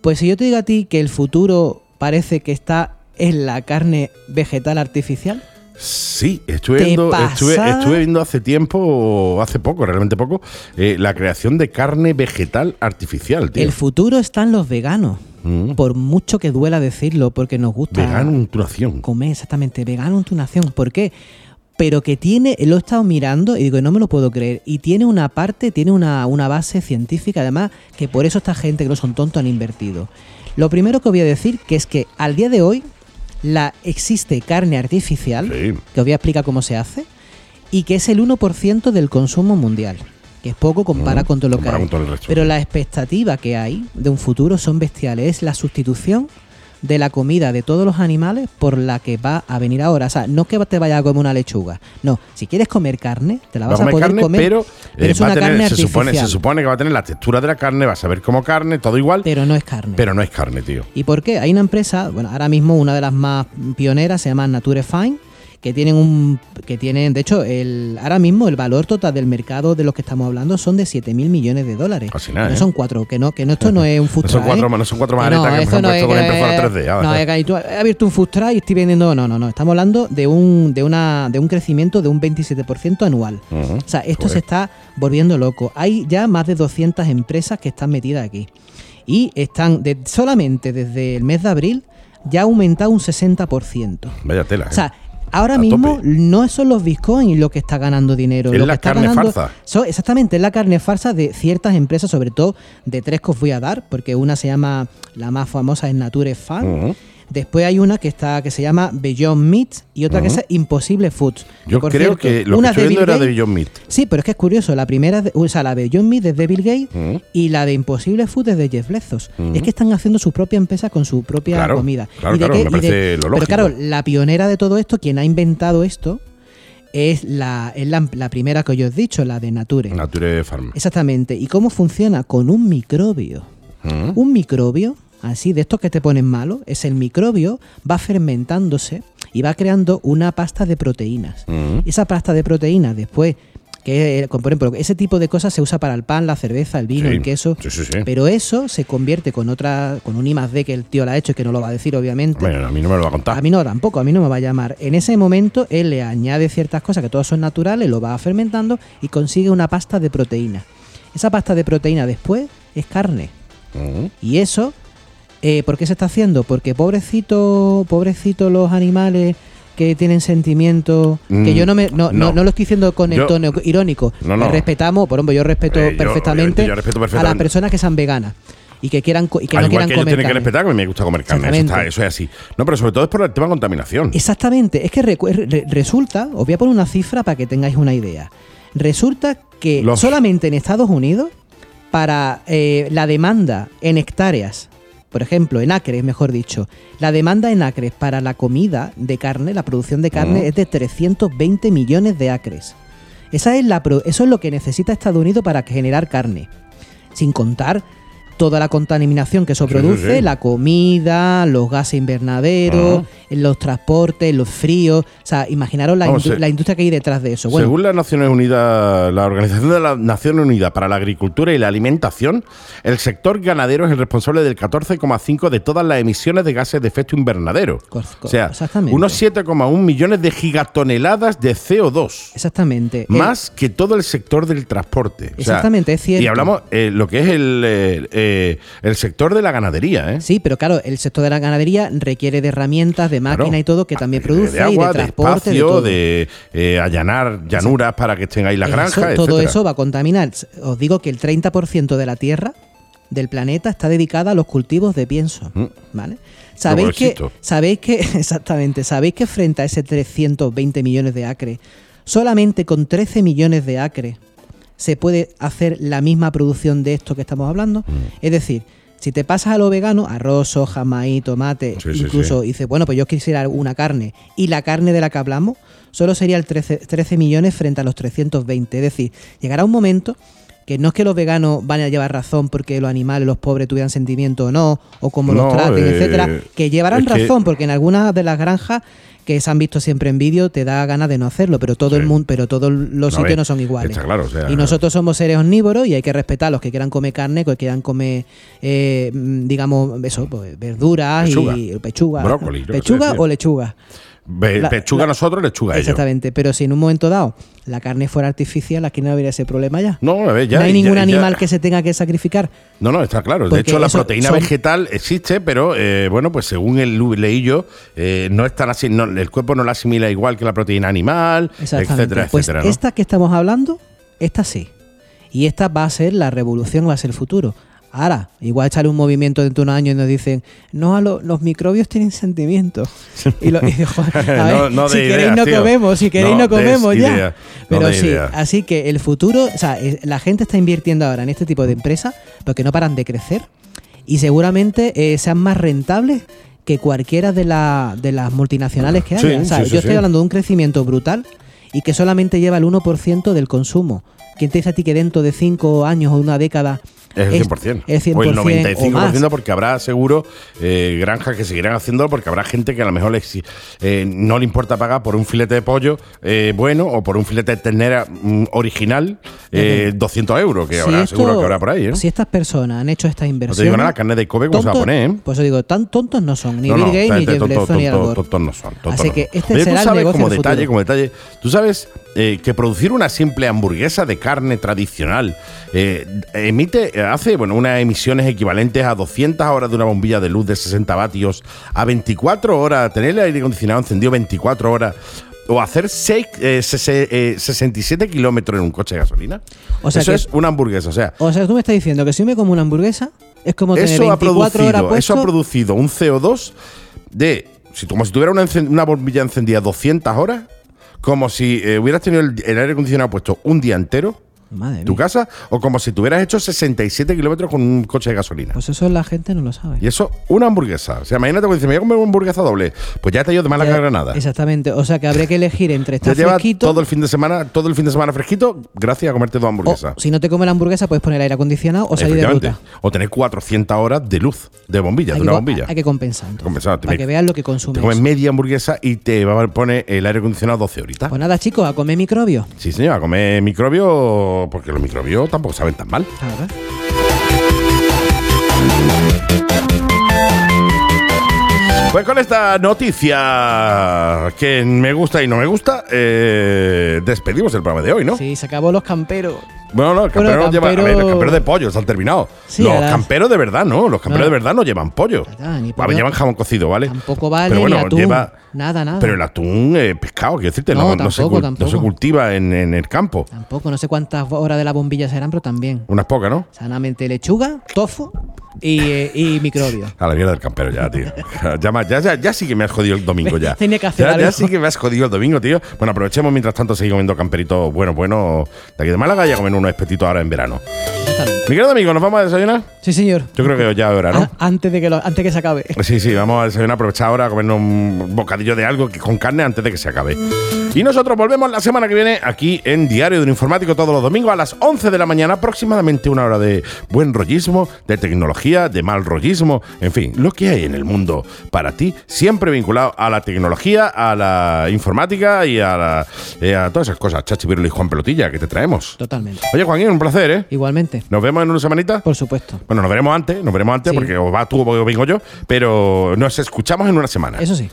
Pues si yo te digo a ti que el futuro parece que está en la carne vegetal artificial,
Sí, estuve
¿Te
viendo,
pasa?
estuve, estuve viendo hace tiempo, hace poco, realmente poco, eh, la creación de carne vegetal artificial, tío.
el futuro está en los veganos.
Mm.
Por mucho que duela decirlo, porque nos gusta
Vegano en tu nación.
comer exactamente vegano en tu nación. ¿Por qué? Pero que tiene, lo he estado mirando y digo, no me lo puedo creer. Y tiene una parte, tiene una, una base científica, además, que por eso esta gente que no son tontos han invertido. Lo primero que voy a decir que es que al día de hoy la, existe carne artificial,
Sí.
que os voy a explicar cómo se hace, y que es el 1% del consumo mundial, que es poco compara
Mm,
con todo lo que
compara
hay.
con todo el resto.
Pero la expectativa que hay de un futuro son bestiales, es la sustitución de la comida de todos los animales por la que va a venir ahora. O sea, no que te vaya a comer una lechuga. No, si quieres comer carne, te la
Va a
vas a
comer
poder
carne,
comer.
pero, eh,
es
va a
una
tener-
carne
se,
artificial.
supone, se supone que va a tener la textura de la carne, va a saber como carne, todo igual, pero,
Pero no es carne.
no es carne, tío.
¿Y por qué? Hay una empresa, bueno, ahora mismo una de las más pioneras se llama Nature Fine, que tienen un que tienen de hecho el ahora mismo el valor total del mercado de los que estamos hablando son de 7 mil millones de dólares
Casi nada,
no
¿eh?
son cuatro que no que no esto no es un
No son
futsal
cuatro, no son cuatro
¿eh? no,
maletas que se
esto
han
no es
puesto con
que-
impresora 3D. ah,
No,
vale.
es que ahí tú he abierto un food truck y estoy vendiendo. No, no, no. Estamos hablando de un, de una, de un crecimiento de un 27% anual.
Ujú. Pues
O sea, esto
Joder.
se está volviendo loco. Hay ya más de 200 empresas que están metidas aquí. Y están de- solamente desde el mes de abril ya ha aumentado un 60%.
Vaya tela.
O
¿eh?
sea, ahora
A
mismo
tope.
no son los bitcoins lo que está ganando dinero.
Es
lo
la
que está
carne
ganando-
farsa.
so- exactamente, es la carne farsa de ciertas empresas, sobre todo de tres que os voy a dar, porque una se llama, la más famosa es Nature Farm.
Ujú.
Después hay una que está que se llama Beyond Meat y otra que es Imposible Foods.
Mm. Yo
Por
creo
cierto,
que lo que
una
estoy viendo
Bill
era de
Gates-
Beyond Meat.
Sí, pero es que es curioso. La primera, es de- o sea, la Beyond Meat es de Bill Gates
Ujú.
y la de Imposible Food es de Jeff Bezos.
Ujú.
Es que están haciendo su propia empresa con su propia
Claro,
comida.
claro,
¿Y de
claro,
qué-
me
y de-
parece lo lógico.
Pero claro, la pionera de todo esto, quien ha inventado esto, es la, es la, la primera que yo he dicho, la de Nature.
Nature Farm.
Exactamente. ¿Y cómo funciona? Con un microbio.
Ujú.
Un microbio, así de estos que te ponen malo, es el microbio, va fermentándose y va creando una pasta de proteínas.
Ujú.
Y esa pasta de proteínas después, que eh, como por ejemplo, ese tipo de cosas se usa para el pan, la cerveza, el vino,
Sí.
el queso.
Sí, sí, sí.
Pero eso se convierte con otra, con un I más D que el tío la ha hecho y que no lo va a decir, obviamente.
Bueno, a mí no me lo va a contar.
A mí no tampoco, a mí no me va a llamar. En ese momento él le añade ciertas cosas que todas son naturales, lo va fermentando y consigue una pasta de proteína. Esa pasta de proteína después es carne.
Ujú.
Y eso, eh, ¿por qué se está haciendo? Porque pobrecito, pobrecito los animales que tienen sentimientos,
Mm,
que yo no me
no.
no, no. no lo estoy diciendo con el
Yo-
tono irónico.
No, no.
Les Respetamos, por ejemplo, yo respeto,
Eh, yo, obviamente,
perfectamente,
yo respeto
a las
perfectamente.
personas que sean veganas y que quieran co- y que
Al
no
igual
quieran
que ellos
comer
tienen que
carne.
respetar, a mí me gusta comer carne. Eso, está-
Exactamente.
eso es así. No, pero sobre todo es por el tema de contaminación.
Exactamente, es que recu- re- resulta, os voy a poner una cifra para que tengáis una idea. Resulta que
Los-
solamente en Estados Unidos, para eh, la demanda en hectáreas, por ejemplo, en acres, mejor dicho, la demanda en acres para la comida de carne, la producción de carne,
Mm.
es de 320 millones de acres. Esa es la pro- eso es lo que necesita Estados Unidos para generar carne. Sin contar toda la contaminación que eso
Sí, sí,
produce,
sí.
la comida, los gases invernaderos,
Ajá.
los transportes, los fríos. O sea, imaginaros la,
Vamos,
indu-
se-
la industria que hay detrás de eso. Bueno,
Según las Naciones Unidas, la Organización de las Naciones Unidas para la Agricultura y la Alimentación, el sector ganadero es el responsable del 14,5 de todas las emisiones de gases de efecto invernadero.
Cor-
o sea,
exactamente.
unos 7,1 millones de gigatoneladas de CO2.
exactamente. Eh, El-
Más que todo el sector del transporte. O sea,
Exactamente, es cierto.
Y hablamos eh, lo que es el, eh, eh, el sector de la ganadería, ¿eh?
Sí, pero claro, el sector de la ganadería requiere de herramientas, de máquina
Claro. Ah,
y todo que también
De-
produce
de agua,
y de transporte,
de, espacio,
todo.
de, eh, allanar llanuras para que estén ahí las
Eso-
granjas,
todo
etcétera.
eso va a contaminar. Os digo que el 30% de la tierra del planeta está dedicada a los cultivos de pienso,
Mm.
¿vale? Sabéis que,
pobrecito.
sabéis que, exactamente, sabéis que frente a ese 320 millones de acres, solamente con 13 millones de acres se puede hacer la misma producción de esto que estamos hablando.
Mm.
Es decir, si te pasas a lo vegano, arroz, soja, maíz, tomate,
Sí, sí,
incluso dices, bueno, pues yo quisiera una carne, y la carne de la que hablamos solo sería el 13, 13 millones frente a los 320. Es decir, llegará un momento que no es que los veganos van a llevar razón porque los animales, los pobres, tuvieran sentimiento o no, o cómo
No,
los traten,
eh,
etcétera, que llevarán
es que-
razón porque en algunas de las granjas que se han visto siempre en vídeo te da ganas de no hacerlo, pero todo
Sí.
el mundo, pero todos los
A
sitios
ver,
no son iguales.
está claro, o sea-
y nosotros somos seres omnívoros y hay que respetar a los que quieran comer carne, que quieran comer, eh, mm, digamos, eso, pues, verduras
Pechuga.
y pechuga,
Brócoli, yo qué sé,
pechuga
tío.
o lechuga.
Ve-
La-
pechuga
la-
nosotros, lechuga ellos.
Exactamente, pero si en un momento dado la carne fuera artificial, aquí no habría ese problema ya.
No, a ver, ya,
no hay
ya-
ningún
ya-
animal que se tenga que sacrificar.
No, no, está claro. De
Porque
hecho, la
eso
proteína
son-
vegetal existe, pero eh, bueno, pues según el lu- leí yo, eh, no es tan así, no, el cuerpo no la asimila igual que la proteína animal,
Exactamente.
etcétera,
pues
etcétera. ¿no?
esta que estamos hablando, esta sí. Y esta va a ser la revolución, va a ser el futuro. Ahora, igual echarle un movimiento dentro de unos años y nos dicen, no, a lo- los microbios tienen sentimientos. Y, lo, y digo, "Joder, a ver,
No- no
si
de
queréis
ideas,
no
tío.
comemos, si queréis
No
no,
des
comemos ya.
ideas, no
Pero
des
sí,
ideas.
así que el futuro, o sea, es- la gente está invirtiendo ahora en este tipo de empresas porque no paran de crecer y seguramente eh, sean más rentables que cualquiera de, la- de las multinacionales que
Sí,
haya. O sea,
sí, sí,
yo estoy
sí.
hablando de un crecimiento brutal y que solamente lleva el 1% del consumo. ¿Quién te dice a ti que dentro de 5 años o una década
Es el
es-
100%.
es
o Pues el
100% o
95%,
más.
porque habrá seguro eh, granjas que seguirán haciéndolo, porque habrá gente que a lo mejor les- eh, no le importa pagar por un filete de pollo eh, bueno o por un filete de ternera mm, original eh, 200 euros, que
Si
habrá
esto-
seguro que habrá por ahí. ¿eh?
Si estas personas han hecho estas
no
inversiones.
te digo nada, la carne de Kobe, ¿cómo se va a
tontos-
poner? ¿eh?
Por eso digo, tan tontos no son, ni
No,
Bill
no,
Gates, ni
tonto,
Jeff
tonto,
Bezos, ni Al
tonto,
Gore.
tontos no son. tontos
Así
no.
que este
Oye, tú
será el
sabes,
negocio
como
del
detalle,
futuro.
como detalle, tú sabes eh, que producir una simple hamburguesa de carne tradicional eh, emite, hace bueno, unas emisiones equivalentes a 200 horas de una bombilla de luz de 60 vatios, a 24 horas, tener el aire acondicionado encendido 24 horas. O hacer seis- eh, sese- eh, 67 kilómetros en un coche de gasolina.
O sea
Eso
que-
es una hamburguesa. O sea,
O sea, tú me estás diciendo que si me como una hamburguesa, es como tener
eso ha
24 horas
producido,
puesto.
eso ha producido un CO2 de si como si tuviera una, encen- una bombilla encendida 200 horas, como si eh, hubieras tenido el, el aire acondicionado puesto un día entero
Madre
en tu
mía.
casa o como si tuvieras hecho 67 kilómetros con un coche de gasolina.
Pues eso la gente no lo sabe.
Y eso, una hamburguesa. O sea, imagínate que dices, me voy a comer una hamburguesa doble. Pues ya te ha ido de mala
Ya-
granada.
Exactamente. O sea que habría que elegir entre
Ya
estar
llevas
fresquito.
todo el fin de semana, todo el fin de semana fresquito, gracias a comerte dos
o,
hamburguesas.
si no te comes la hamburguesa, puedes poner aire acondicionado o salir de
Efectivamente.
ruta.
O tener 400 horas de luz, de bombilla,
Hay
de
que,
una
co-
bombilla.
hay que compensar. entonces,
Compensar, te
para
me-
que veas lo que consumes.
Te comes media hamburguesa y te va a poner el aire acondicionado 12 horitas.
Pues nada, chicos, a comer microbios.
Sí, señor, a comer microbios, porque los microbios tampoco saben tan mal.
Claro.
Pues con esta noticia que me gusta y no me gusta, eh, despedimos el programa de hoy, ¿no?
Sí, se acabó los camperos.
Bueno, no, el
Bueno,
campero, no lleva. A ver, los
campero-
camperos de pollo se han terminado.
Sí,
los
ahora-
camperos de verdad, no. Los camperos
No.
de verdad no llevan pollo.
Nada, ni
Va,
pollo.
llevan jamón cocido, ¿vale?
Tampoco vale,
Eh, Pero bueno,
ni atún.
lleva.
Nada, nada.
Pero el atún, eh, pescado, quiero decirte, no,
No,
no se
tampoco,
cul- no se
tampoco.
cultiva en, en el campo.
Tampoco, no sé cuántas horas de la bombilla serán, pero también.
Unas pocas, ¿no?
Sanamente lechuga, tofu y, eh, y microbios.
A la mierda del campero ya, tío. Ya, ma- ya, ya, ya sí que me has jodido el domingo ya.
Tenía que hacer
ya, ya
algo.
sí que me has jodido el domingo, tío. Bueno, aprovechemos mientras tanto seguir comiendo camperitos bueno, bueno de aquí de Málaga y a comer unos espetitos ahora en verano.
Exactamente.
Mi querido amigo, ¿nos vamos a desayunar?
Sí, señor.
Yo creo que ya es hora, ¿no?
A- antes, de que lo- antes que se acabe.
Sí, sí, vamos a desayunar, aprovechar ahora, a comernos un bocadillo de algo que- con carne antes de que se acabe. Y nosotros volvemos la semana que viene aquí en Diario de un Informático todos los domingos a las 11 de la mañana, aproximadamente una hora de buen rollismo, de tecnología, de mal rollismo, en fin, lo que hay en el mundo para ti, siempre vinculado a la tecnología, a la informática y a, la- eh, a todas esas cosas. Chachi Pirul y Juan Pelotilla que te traemos.
Totalmente.
Oye, Juanín, un placer, ¿eh?
Igualmente,
Nos vemos en una semanita.
por supuesto.
Bueno, nos veremos antes, nos veremos antes
Sí.
porque o va tú o vengo yo, pero nos escuchamos en una semana.
Eso sí,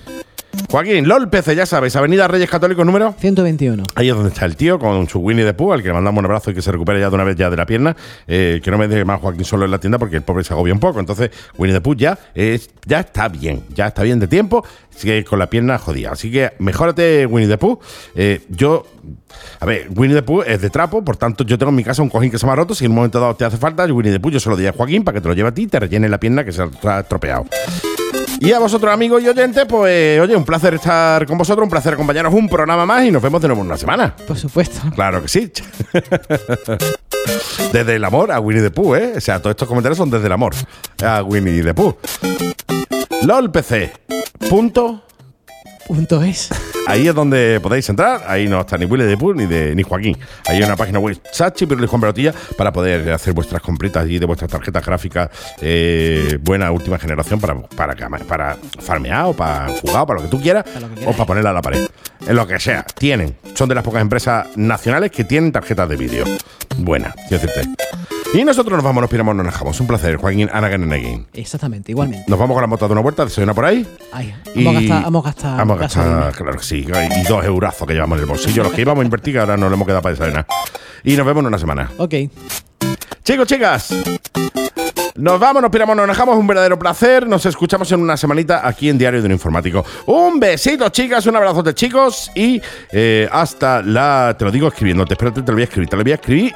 Joaquín, LOL PC, ya sabes, Avenida Reyes Católicos número.
121.
Ahí es donde está el tío con su Winnie de Pooh, al que le mandamos un abrazo y que se recupere ya de una vez ya de la pierna. Eh, que no me deje más Joaquín solo en la tienda porque el pobre se agobia un poco. Entonces, Winnie de Pooh ya, es- ya está bien, ya está bien de tiempo, sigue con la pierna jodida. Así que mejórate, Winnie de Pooh. Eh, yo, a ver, Winnie the Pooh es de trapo, por tanto, yo tengo en mi casa un cojín que se me ha roto. Si en un momento dado te hace falta, Winnie the Pooh, yo se lo diré a Joaquín para que te lo lleve a ti y te rellene la pierna que se ha estropeado. Y a vosotros, amigos y oyentes, pues, oye, un placer estar con vosotros, un placer acompañaros un programa más y nos vemos de nuevo en una semana.
Por supuesto.
Claro que sí. Desde el amor a Winnie the Pooh, ¿eh? O sea, todos estos comentarios son desde el amor a Winnie the Pooh. LOLPC. Punto.
Punto es.
Ahí es donde podéis entrar. Ahí no está ni Winnie the Pooh ni, de, ni Joaquín. Ahí hay una página web, Chachi, pero Juan Pelotilla, para poder hacer vuestras compritas y de vuestras tarjetas gráficas eh, buena última generación para, para, cama- para farmear o para jugar o para lo que tú quieras
Para lo que
o
quieras.
para ponerla a la pared. En lo que sea, tienen. Son de las pocas empresas nacionales que tienen tarjetas de vídeo. Buena, quiero decirte. Y nosotros nos vamos, nos piramos, nos dejamos. Un placer, Joaquín, Ana Again.
Exactamente, igualmente.
Nos vamos con la moto de una vuelta, desayuna por ahí.
Ay,
Y-
hemos gastado. Hemos gastado.
Hemos gastado,
gasolina.
claro que sí. Y dos eurazos que llevamos en el bolsillo. Los que íbamos a invertir, que ahora nos lo hemos quedado para desayunar. Y nos vemos en una semana.
Ok.
Chicos, chicas. Nos vamos, nos piramos, nos dejamos. Un verdadero placer. Nos escuchamos en una semanita aquí en Diario de un Informático. Un besito, chicas. Un abrazote, chicos. Y eh, hasta la. Te lo digo escribiéndote. Espérate, te lo voy a escribir. Te lo voy a escribir.